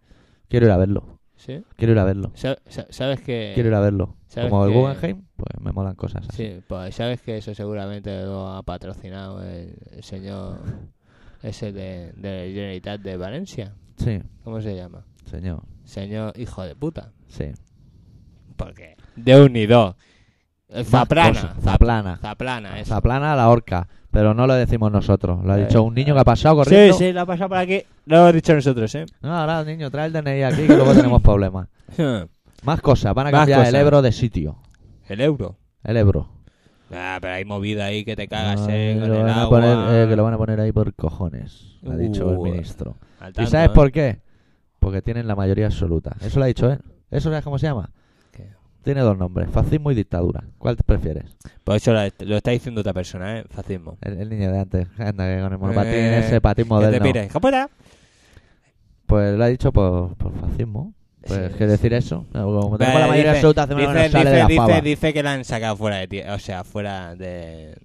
Quiero ir a verlo. ¿Sí? Quiero ir a verlo. Sa- sa- ¿Sabes que...? Quiero ir a verlo. ¿sabes Como el que- Guggenheim, pues me molan cosas. así. Sí, pues sabes que eso seguramente lo ha patrocinado el, el señor ese de, de Generalitat de Valencia. Sí, ¿Cómo se llama? señor. Señor hijo de puta. Sí. Porque de un y dos. Eh, Más Zaplana. cosas. Zap- Zaplana. Zaplana, eso. Zaplana a la horca. Pero no lo decimos nosotros. Lo ha Eh, dicho un niño eh. que ha pasado Sí, corriendo. sí, lo ha pasado por aquí. Lo hemos dicho nosotros, ¿eh? No, ahora, niño, trae el DNI aquí que luego tenemos problemas. Más cosas. Van a Más cambiar el cosas. Ebro de sitio. *laughs* El euro. El Ebro. Ah, pero hay movida ahí que te cagas, Ah, eh, con lo el van a agua. poner, eh, que lo van a poner ahí por cojones. Ha dicho el Uh, ministro. Al ¿Y tanto, sabes ¿eh? por qué? Porque tienen la mayoría absoluta. Eso lo ha dicho él. ¿Eso sabes cómo se llama? ¿Qué? Tiene dos nombres, fascismo y dictadura. ¿Cuál te prefieres? Pues eso lo, lo está diciendo otra persona, ¿eh? Fascismo. El, el niño de antes, anda que con el monopatín, Eh, ese patín Que te eh, moderno. pires. ¡Capuera! Pues lo ha dicho por, por fascismo. Pues Sí, que sí. decir eso. No, Como Vale, tenemos la mayoría dice- absoluta, hacemos lo que dice, nos sale de dice- la dice- fava. dice que la han sacado fuera de ti, o sea, fuera de...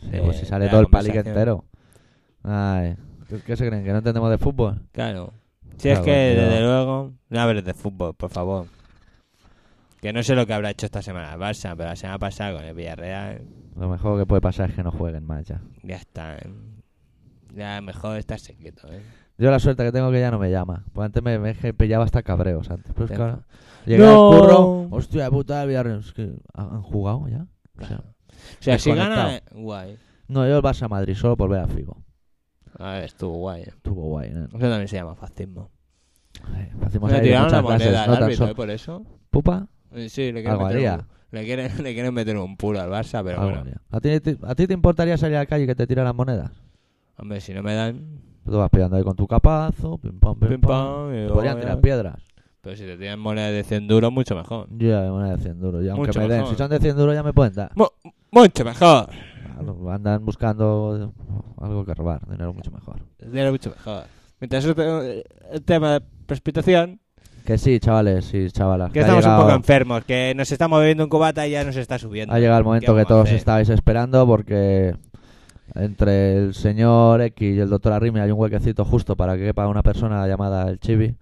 Sí, eh, pues si sale la todo el palique conversación. entero. Ay, ¿qué se creen? ¿Que no entendemos de fútbol? Claro. Si es Claro, que, tío. desde luego, no hables de fútbol, por favor. Que no sé lo que habrá hecho esta semana el Barça, pero la semana pasada con el Villarreal, Lo mejor que puede pasar es que no jueguen más ya. ya está. ¿eh? Ya mejor estarse quieto, ¿eh? Yo la suerte que tengo que ya no me llama. Pues antes me, me je- pillaba hasta cabreos antes. Pero es que Te- ahora llegué al Pues No. curro, hostia puta del Villarreal. Es que han han jugado ya. O sea, O sea, si Desconectado. gana, eh, guay. no, yo el Barça a Madrid solo por ver a Figo. A ver, estuvo guay. ¿eh? Estuvo guay, ¿no? Eso también se llama fascismo. Ay, Hacemos Le ahí tiraron la muchas moneda clases, al no tan árbitro, ¿eh? solo. Por eso. ¿Pupa? Eh, Sí, le quieren, Algo meter un, haría. le, quieren, *laughs* le quieren meter un puro al Barça, pero Algo bueno. haría. ¿A ti, te- ¿A ti te importaría salir a la calle y que te tiran las monedas? Hombre, si no me dan... Tú te vas pillando ahí con tu capazo, pim pam, pim, Pim, pam. pam, y Te luego podrían ya. tirar piedras. Pero si te tiran monedas de 100 duros, mucho mejor. Yo ya de moneda de 100 duros. Y aunque Mucho me den, mejor. si son de 100 duros ya me pueden dar. Mu- mucho mejor. Claro, Andan buscando algo que robar, dinero mucho mejor. Era mucho mejor. Mientras eso te- el tema de precipitación, Que sí, chavales, sí, chavalas. que ha estamos llegado- un poco enfermos, que nos estamos bebiendo un cubata y ya nos está subiendo. Ha llegado el ¿Qué momento que vamos a todos hacer? estabais esperando porque Entre el señor X y el doctor Arrimi hay un huequecito justo para que quepa una persona llamada el Chibi.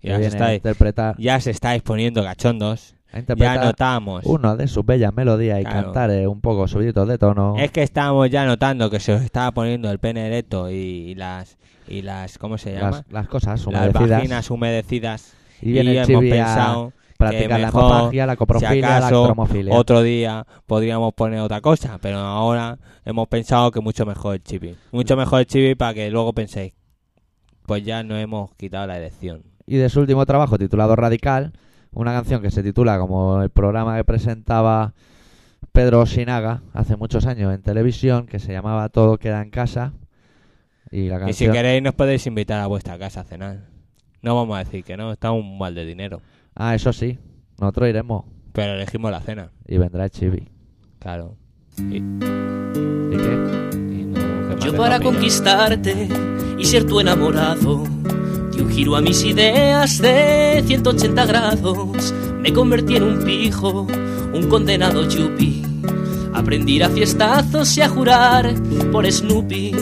Que Ya os viene a estáis, interpretar, ya se estáis poniendo cachondos. a Ya interpretar notamos. una de sus bellas melodías y Pues Claro. cantares un poco subiditos de tono. Es que estábamos ya notando que se os estaba poniendo el pene erecto y las y las ¿cómo se llama? las, las cosas Las humedecidas. vaginas humedecidas Y viene el hemos Chibi a pensado practicar la mejor, hemopagia, la coprofilia, si la acaso, cromofilia. otro día podríamos poner otra cosa, pero ahora hemos pensado que mucho mejor el chibi. Mucho mejor el chibi para que luego penséis, pues ya no hemos quitado la elección. y de su último trabajo titulado Radical, una canción que se titula como el programa que presentaba Pedro Sinaga hace muchos años en televisión, que se llamaba Todo queda en casa. Y la Y si canción, queréis nos podéis invitar a vuestra casa a cenar. No vamos a decir que no, está un mal de dinero. ah, eso sí, nosotros iremos Pero elegimos la cena, y vendrá el Chibi. claro. Y, y ¿Y qué? no, que más Yo de para lo mismo. conquistarte y ser tu enamorado, di un giro a mis ideas de 180 grados. Me convertí en un pijo, un condenado yuppie. Aprendí a fiestazos y a jurar por Snoopy.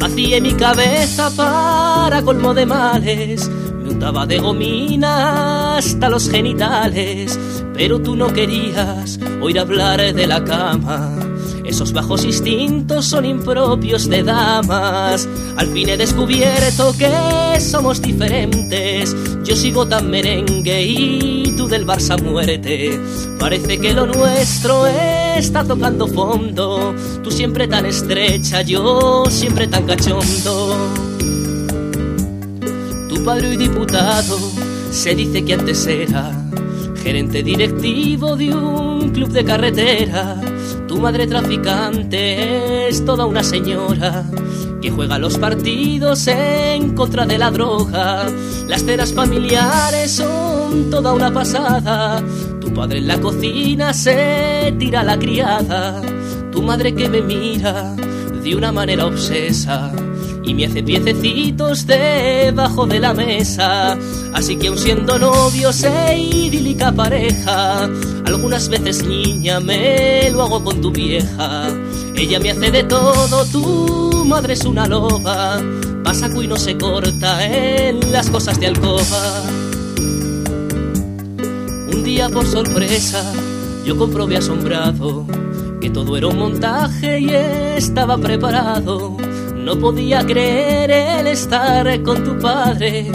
Vacié mi cabeza para colmo de males. Me untaba de gomina hasta los genitales. Pero tú no querías oír hablar de la cama. Esos bajos instintos son impropios de damas. Al fin he descubierto que somos diferentes. Yo sigo tan merengue y tú del Barça muerte. Parece que lo nuestro está tocando fondo. Tú siempre tan estrecha, yo siempre tan cachondo. Tu padre hoy diputado se dice que antes era gerente directivo de un club de carretera. Tu madre traficante es toda una señora que juega los partidos en contra de la droga. Las cenas familiares son toda una pasada. Tu padre en la cocina se tira a la criada. Tu madre que me mira de una manera obsesa y me hace piececitos debajo de la mesa. Así que aun siendo novios e idílica pareja, algunas veces niña me lo hago con tu vieja. Ella me hace de todo, tu madre es una loba, pasa y no se corta en las cosas de alcoba. Un día por sorpresa yo comprobé asombrado que todo era un montaje y estaba preparado. No podía creer el estar con tu padre,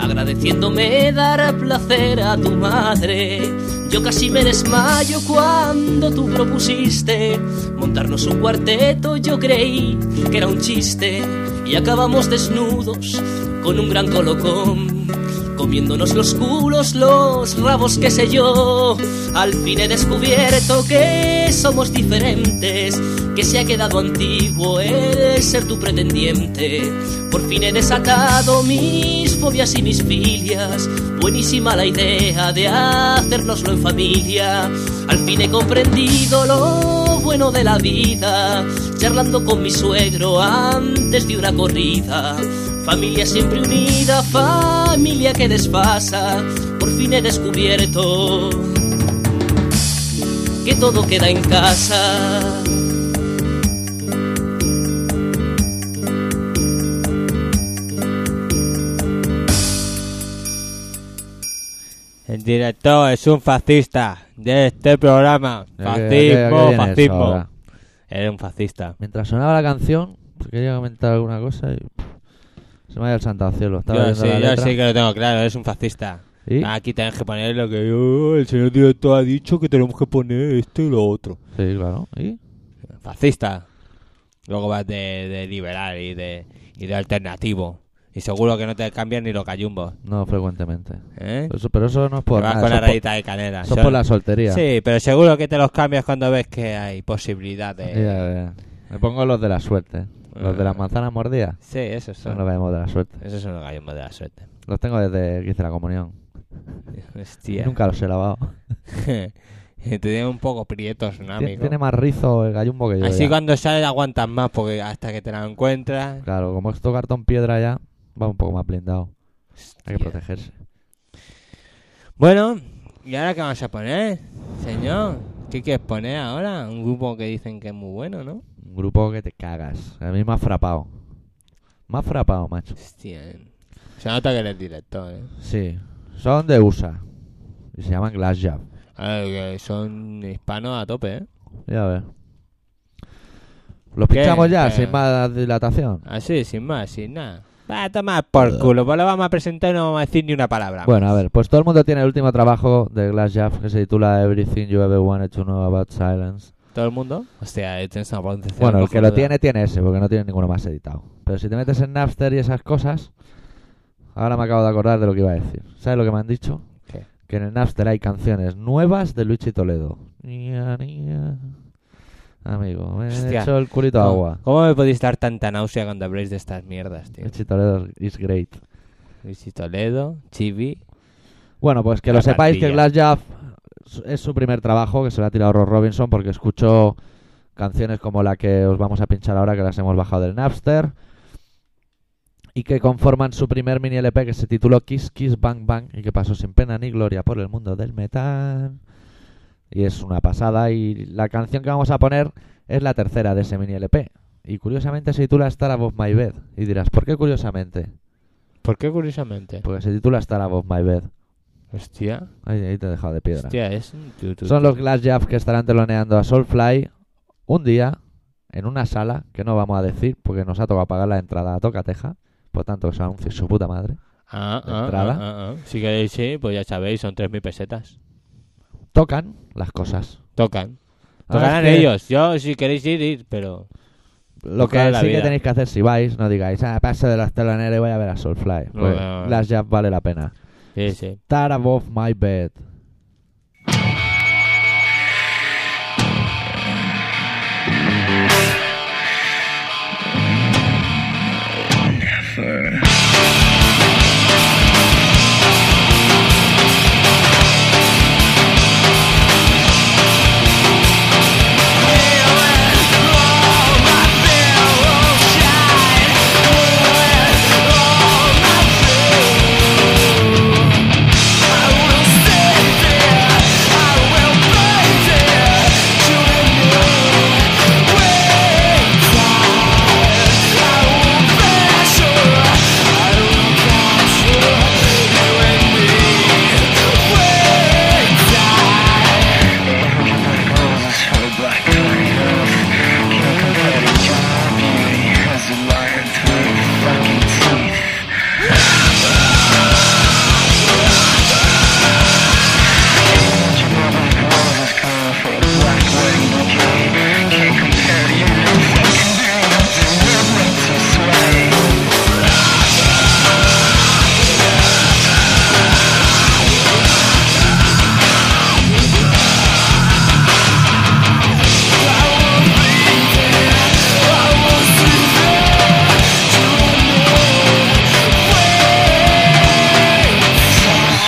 agradeciéndome dar placer a tu madre. Yo casi me desmayo cuando tú propusiste montarnos un cuarteto, yo creí que era un chiste y acabamos desnudos con un gran colocón comiéndonos los culos, los rabos, qué sé yo. Al fin he descubierto que somos diferentes, que se ha quedado antiguo el ser tu pretendiente. Por fin he desatado mis fobias y mis filias. Buenísima la idea de hacernoslo en familia. Al fin he comprendido lo bueno de la vida, charlando con mi suegro antes de una corrida. Familia siempre unida, familia que desfasa, por fin he descubierto que todo queda en casa. El director es un fascista de este programa. ¿A qué- a qué- a qué Fascismo, viene eso fascismo. ahora? Era un fascista. Mientras sonaba la canción, pues quería comentar alguna cosa y pff, se me ha ido el santo al cielo. Estaba Yo viendo sí, la yo letra. sí que lo tengo claro, eres un fascista. ¿Y? Aquí tenés que Ah. poner lo que "Oh, el señor director ha dicho que tenemos que poner esto y lo otro. Sí, claro. ¿Y? Fascista. Luego vas de, de liberal y de, y de alternativo. Y seguro que no te cambian ni los cayumbos. No frecuentemente. ¿eh? Eso- pero eso no es Te por vas Pues, nada, con eso la es por- rayita de canela. eso es Son- por la soltería. Sí, pero seguro que te los cambias cuando ves que hay posibilidades. Ya, ya. Me pongo los de la suerte. Los de las manzanas mordidas. Sí, esos Son son. los vemos de la suerte. Esos son los gallumbos de la suerte. *laughs* Los tengo desde que hice la comunión. Hostia. Nunca los he lavado. *laughs* Te tiene un poco prietos, ¿no, Tiene, amigo? tiene más rizo el gallumbo que yo. Así ya. cuando sales aguantas más porque hasta que te la encuentras. Claro, como esto cartón piedra ya, va un poco más blindado. Hay que Hostia. protegerse. Bueno, ¿y ahora qué vamos a poner, señor? ¿Qué quieres poner ahora? Un grupo que dicen que es muy bueno, ¿no? Un grupo que te cagas. A mí me ha frapado. Me ha frapado, macho. Hostia. Se nota que eres director, ¿eh? Sí. Son de USA. Y se llaman Glass Jab. Ay, que son hispanos a tope, ¿eh? Ya ves. Los ¿Qué? pinchamos ya, Eh. sin más dilatación. Así, sin más, sin nada. Va a tomar por culo, pues lo vamos a presentar y no vamos a decir ni una palabra. Bueno, a ver, pues todo el mundo tiene el último trabajo de Glass Jaff que se titula Everything You Ever Wanted to Know About Silence. ¿Todo el mundo? Hostia, eh, tienes una pronunciación Bueno, el que lo cojonuda. tiene, tiene ese, porque no tiene ninguno más editado. Pero si te metes en Napster y esas cosas, ahora me acabo de acordar de lo que iba a decir. ¿Sabes lo que me han dicho? ¿Qué? Que en el Napster hay canciones nuevas de Luigi Toledo. Nia, nia. Amigo, me he Hostia. hecho el culito ¿Cómo- agua. ¿Cómo me podéis dar tanta náusea cuando habléis de estas mierdas, tío? Luigi Toledo is great. Luis Toledo, Chibi. Bueno, pues que La lo sepáis que plantilla. Glass Jaff es su primer trabajo que se lo ha tirado Ross Robinson porque escuchó canciones como la que os vamos a pinchar ahora que las hemos bajado del Napster y que conforman su primer mini LP que se tituló Kiss Kiss Bang Bang y que pasó sin pena ni gloria por el mundo del metal y es una pasada y la canción que vamos a poner es la tercera de ese mini LP y curiosamente se titula Star Above My Bed y dirás ¿por qué curiosamente? ¿Por qué curiosamente? Porque se titula Star Above My Bed Hostia, Ahí, ahí te he dejado de piedra. hostia, es... tú- tú- Son los Glass Jaff que estarán teloneando a Soulfly un día en una sala que no vamos a decir porque nos ha tocado pagar la entrada a Tocateja. Por tanto, que se anuncie su puta madre. Ah, de ah, entrada. ah, ah, ah. Si queréis, sí, pues ya sabéis, son 3.000 pesetas. Tocan las cosas. Tocan. Ahora Tocarán Ah, es que ellos. Yo, si queréis ir, ir, pero... Lo tocar que la sí vida. que tenéis que hacer si vais, no digáis, ah, paso de los teloneros y voy a ver a Soulfly. No, Pues, no, no. Glass Jaff vale la pena. Sí, sí. Star above my bed.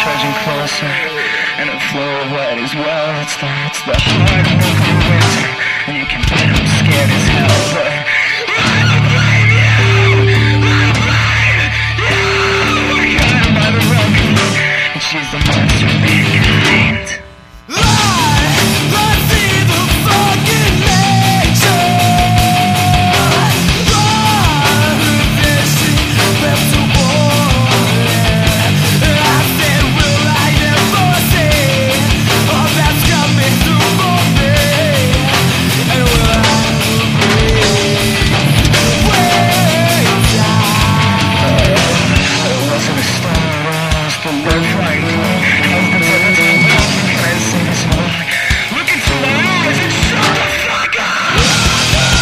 trudging closer, and a flow of lead as well. It's the, it's the hard work of winter, and you can bet I'm scared as hell, but. She's the monster of mankind. It wasn't a stone wall, it's the love light. How's the devil to love? Can I see this one? Look into my eyes and shut the fuck up!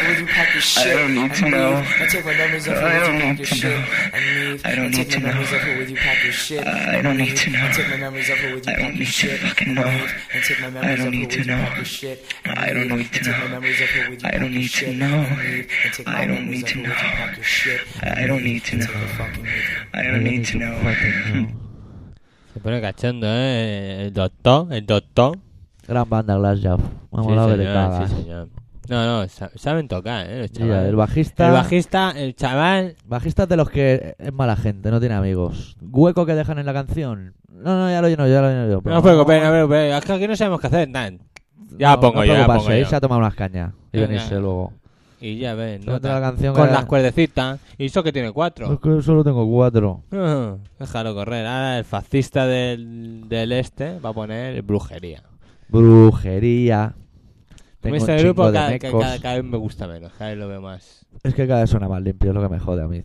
need to know. I take my memories off I you with don't you need pack your to shit. know. I leave. I don't take need to my know. memories off you with you pack your shit. I don't need to know. I take my memories off you with you I pack don't your need to shit. fucking I know. leave. I take my memories don't off you need with to you know. pack your shit. I don't leave. need to I take my know. memories off you with you I pack don't your need to shit. know. I I leave. I take my don't memories need off to you with you know. pack your shit. I don't need to I take know. my fucking with you. I don't need to know. Se pone cachondo, ¿eh? El doctor, el doctor. Gran banda Glass Jaff. Vamos a sí, ver de señor, cagas. sí, señor. No, no, sa- saben tocar, ¿eh? Los Ya, chavales. el bajista. El bajista, el chaval, Bajistas de los que es mala gente, no tiene amigos. Hueco que dejan en la canción. No, no, ya lo lleno, ya lo lleno yo. pero- No os preocupéis, no os preocupéis. Es que aquí no sabemos qué hacer, tan. Ya no, pongo no ¿eh? yo, ya preocuparse, pongo yo. irse a tomar unas cañas y Venga. venirse luego. Y ya ves, Otra no tan. canción Con que- las cuerdecitas. Y eso que tiene cuatro. Es que solo tengo cuatro. Ah, *laughs* Déjalo correr. Ahora el fascista del, del este va a poner brujería. Brujería. Tengo un este chingo grupo de cada, cada- mecos. cada vez me gusta menos, cada vez lo veo más. Es que cada vez suena más limpio, es lo que me jode a mí.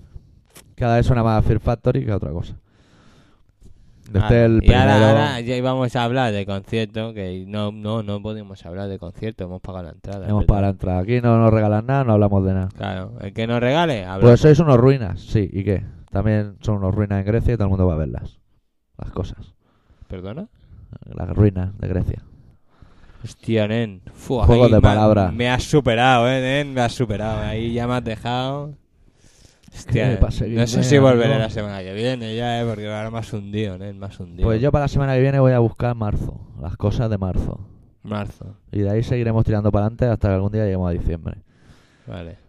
Cada vez suena más Fear Factory que otra cosa. Desde Ah, este, el y ahora, primero- ahora ya íbamos a hablar de concierto, que no, no, no podíamos hablar de concierto, hemos pagado la entrada. Hemos ¿verdad? para la entrada. Aquí no nos regalan nada, no hablamos de nada. Claro, el que nos regale, habla. Pues sois unos ruinas, sí, ¿y qué? También son unos ruinas en Grecia y todo el mundo va a verlas. Las cosas. ¿Perdona? Las ruinas de Grecia. Hostia, nen. Fu, Juego ahí de me ha- palabras. Me has superado, eh, nen. Me has superado. Ahí ya me has dejado. Hostia, Que pa' seguirme, no sé si volveré eh, amigo. la semana que viene ya, eh, porque ahora más hundido, nen. Más hundido. Pues yo para la semana que viene voy a buscar marzo, las cosas de marzo. Marzo. Y de ahí seguiremos tirando para adelante hasta que algún día lleguemos a diciembre. Vale.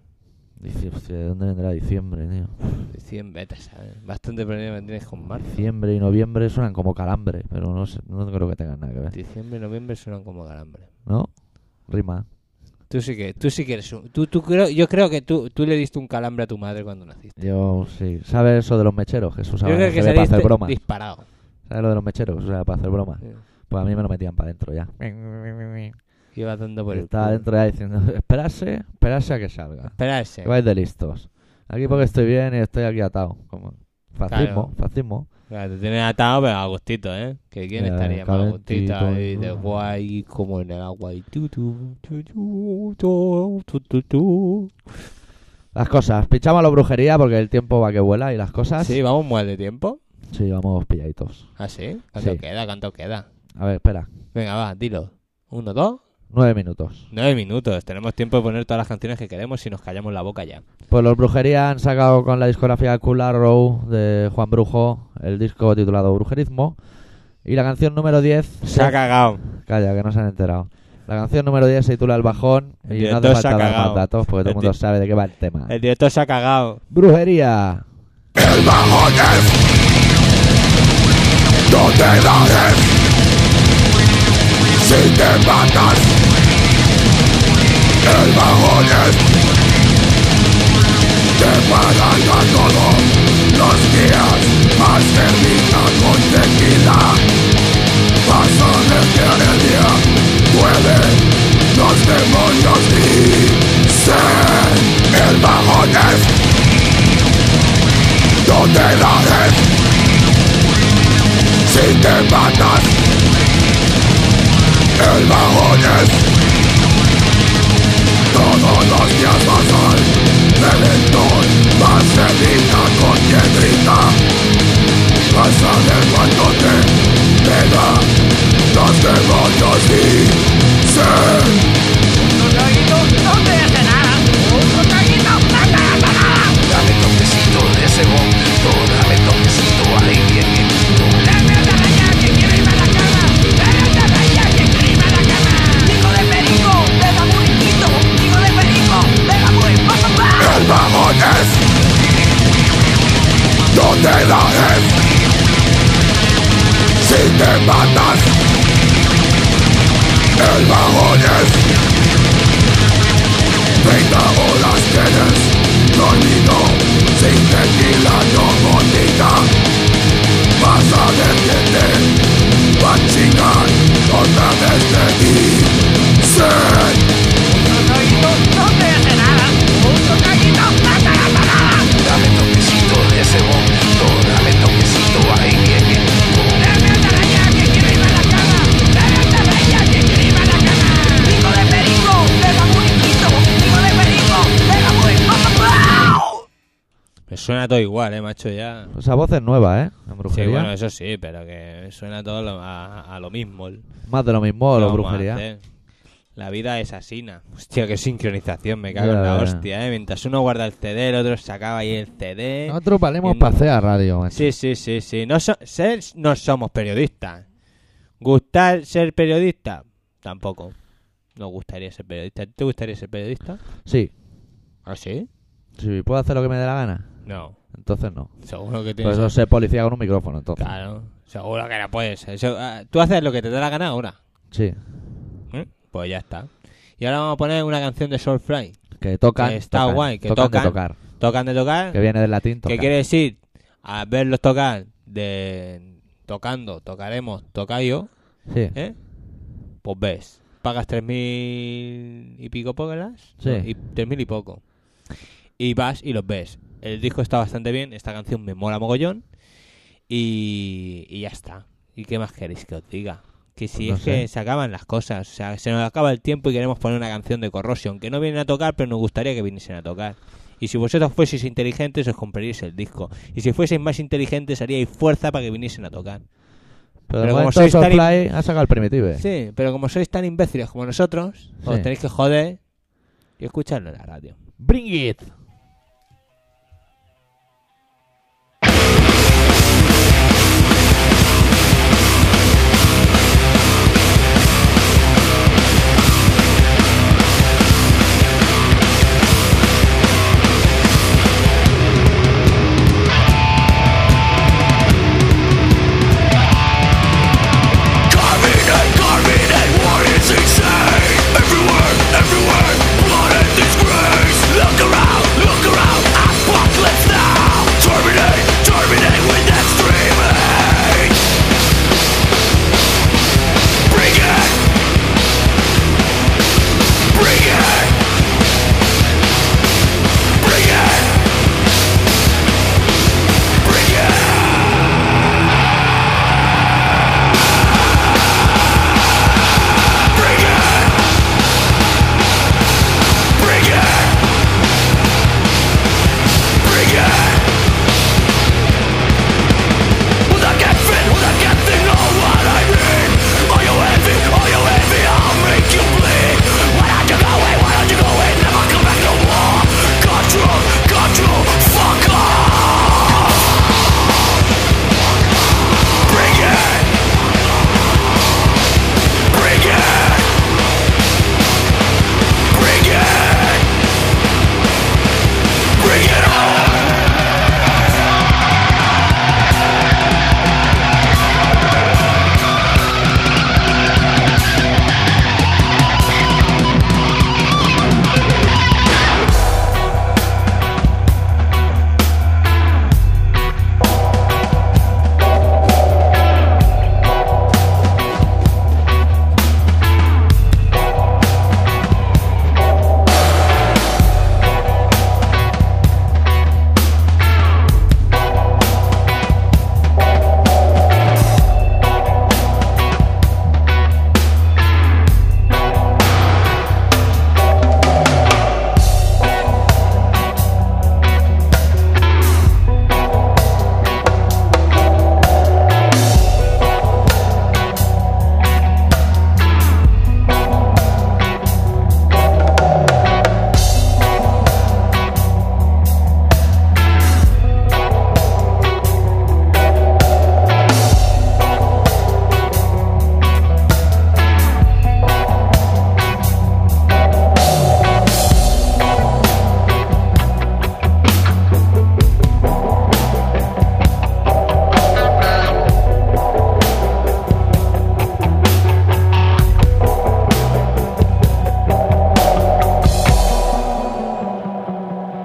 Dice, hostia, ¿de dónde vendrá diciembre, tío? Diciembre, vete, a saber. Bastante problema me tienes con marzo. Diciembre y noviembre suenan como calambre, pero no, sé- no creo que tengan nada que ver. Diciembre y noviembre suenan como calambre. ¿No? Rima. Tú sí que, tú sí que eres un... Tú, tú creo, yo creo que tú, tú le diste un calambre a tu madre cuando naciste. Yo, sí. ¿Sabes eso de los mecheros? Que se usaba yo creo que se ve para hacer saliste bromas. disparado. ¿Sabes lo de los mecheros? Que se usaba para hacer bromas. Sí. Pues a mí me lo metían para adentro ya. Ibas dando por el Estaba culo. adentro Pues ya diciendo, *laughs* esperarse, esperarse a que salga. Esperarse. Que vais de listos. Aquí porque estoy bien y estoy aquí atado. Como fascismo, Claro. fascismo. Claro, te tienen atado, pero a gustito, ¿eh? Que quién Ya, estaría más a gustito calentito, ahí de ¿no? guay, como en el agua y tu, tu, tu, tu, tu, tu, tu, tu. Las cosas. Pinchamos la brujería porque el tiempo va que vuela y las cosas. Sí, vamos mal de tiempo. Sí, vamos pilladitos. ¿Ah, sí? ¿Cuánto Sí. queda? ¿Cuánto queda? A ver, espera. Venga, va, dilo. Uno, dos, Nueve minutos. nueve minutos. Tenemos tiempo de poner todas las canciones que queremos si nos callamos la boca ya. Pues los brujería han sacado con la discografía Cool Arrow de Juan Brujo el disco titulado Brujerismo. Y la canción número 10. Se ha cagado. Calla, que no se han enterado. La canción número 10 se titula El Bajón. Y no hace Director se ha falta dar más cagao. datos porque todo El el mundo di- sabe de qué va el tema. El director se ha cagado. Brujería. No te daré Si te matas El vagón es Te pagan a todos Los días Más de vida conseguida Paso de día Puede Los demonios y Ser El vagón es No te daré si te matas El vagón es Todos los días pasan Reventón Más cerquita con piedrita Vas a ver cuando te pega Los demonios y ser Dame toquecito de ese bombito, dame toquecito ahí bien quieto. El vagón es No te daré Si te matas El vagón es 30 horas tienes dormido Sin tequila no bonita Vas a detener Va a chingar otra vez de ti Ser Dame toquecito de ese bombito, dame toquecito ahí bien quieto. Hijo de perico, deja muy quito, hijo de perico, deja muy papá. suena todo igual, eh, macho, ya. Esa voz es nueva, ¿eh? En Sí, brujería. bueno, eso sí, pero que suena todo lo- a, a lo mismo. Más de lo mismo, ¿Qué la vamos a brujería. hacer? La vida es asina. Hostia, qué sincronización, me cago en Ya, la ya. hostia, eh. Mientras uno guarda el CD, el otro sacaba ahí el CD. Nosotros valemos Y- pasea radio, macho. Sí, sí, sí, sí. No, so- ser- no somos periodistas. ¿Gustar ser periodista? Tampoco. No gustaría ser periodista. ¿Te gustaría ser periodista? Sí. ¿Ah, sí? Sí, puedo hacer lo que me dé la gana. No. Entonces no. Seguro que Por tienes... eso sé policía con un micrófono, entonces. Claro. Seguro que no puedes. Eso- ah, Tú haces lo que te da la gana ahora. Sí. ¿eh? Pues ya está. Y ahora vamos a poner una canción de Soulfly. Que tocan. Que está tocan, guay, que tocan. de tocan. tocar. Tocan de tocar. Que viene del latín tocar. ¿Qué quiere decir? A verlos tocar de... Tocando, tocaremos, toca yo. Sí. ¿eh? Pues ves, pagas 3.000 y pico pocas, Sí. y 3.000 y poco. Y vas y los ves. El disco está bastante bien, esta canción me mola mogollón y, y ya está. ¿Y qué más queréis que os diga? Que si Pues no es sé. que se acaban las cosas, o sea, se nos acaba el tiempo y queremos poner una canción de Corrosion, que no vienen a tocar, pero nos gustaría que viniesen a tocar. Y si vosotros fueseis inteligentes, os compraríais el disco. Y si fueseis más inteligentes, haríais fuerza para que viniesen a tocar. Pero de Pero como momento sois tan in- Soulfly ha sacado el primitive. Sí, pero como sois tan imbéciles como nosotros, os Sí. tenéis que joder y escucharlo en la radio. Bring it. Carmine, Carmine, war is insane. Everywhere, everywhere, blood and disgrace. Look around, look around, apocalypse now. Terminate, terminate with that screaming. Bring it, bring it, bring it, bring it. Bring it! Bring it! Bring it! Will I get fit? Will I get thin? Know what I mean? Are you envy? Are you envy? I'll make you bleed. Why don't you go away? Why don't you go away? Never come back no more. Control, control, fuck off. Bring it! Bring it! Bring it! Bring it on!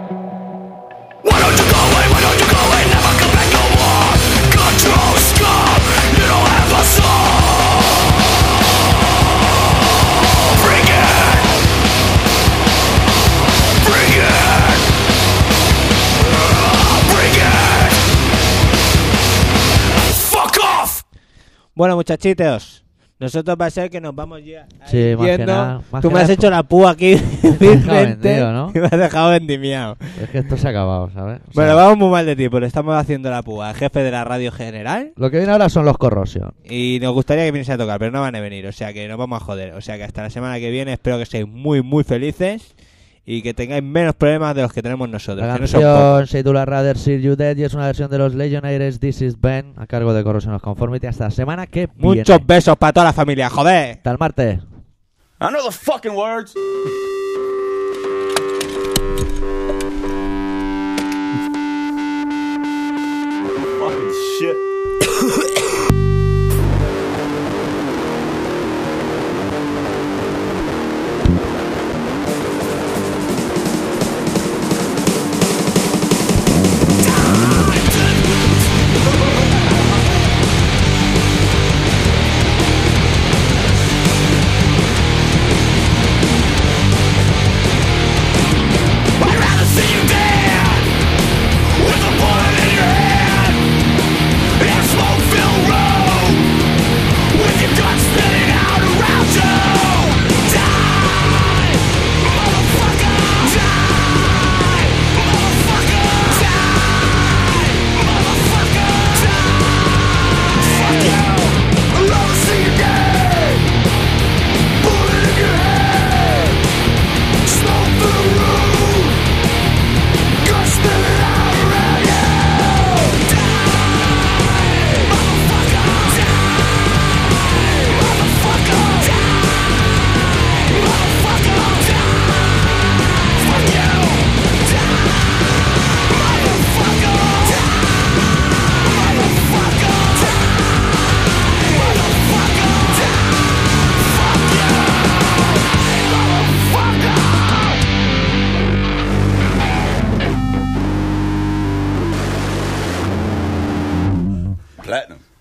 Why don't you go away? Why don't you go away? Never come back no more. Control, scum. You don't have a soul. Bring it. Bring it. Bring it. Fuck off. Bueno, muchachitos, Nosotros va a ser que nos vamos ya. Sí, más que yendo. nada- más Tú que me has nada es hecho la púa aquí, *laughs* Vicente, vendido, ¿no? y me has dejado vendimiado. Es que esto se ha acabado, ¿sabes? O sea, Bueno, vamos muy mal de tiempo, le estamos haciendo la púa al jefe de la radio general Lo que viene ahora son los corrosion. y nos gustaría que viniese a tocar, pero no van a venir, o sea que nos vamos a joder. O sea que hasta la semana que viene espero que seáis muy, muy felices y que tengáis menos problemas de los que tenemos nosotros. La que no son pocos. canción se titula Rather See You Dead y es una versión de los Legionnaires This Is Ben a cargo de Corrosion of Conformity hasta la semana que viene. Muchos besos para toda la familia, joder. Hasta el martes. I know the fucking words. fucking shit.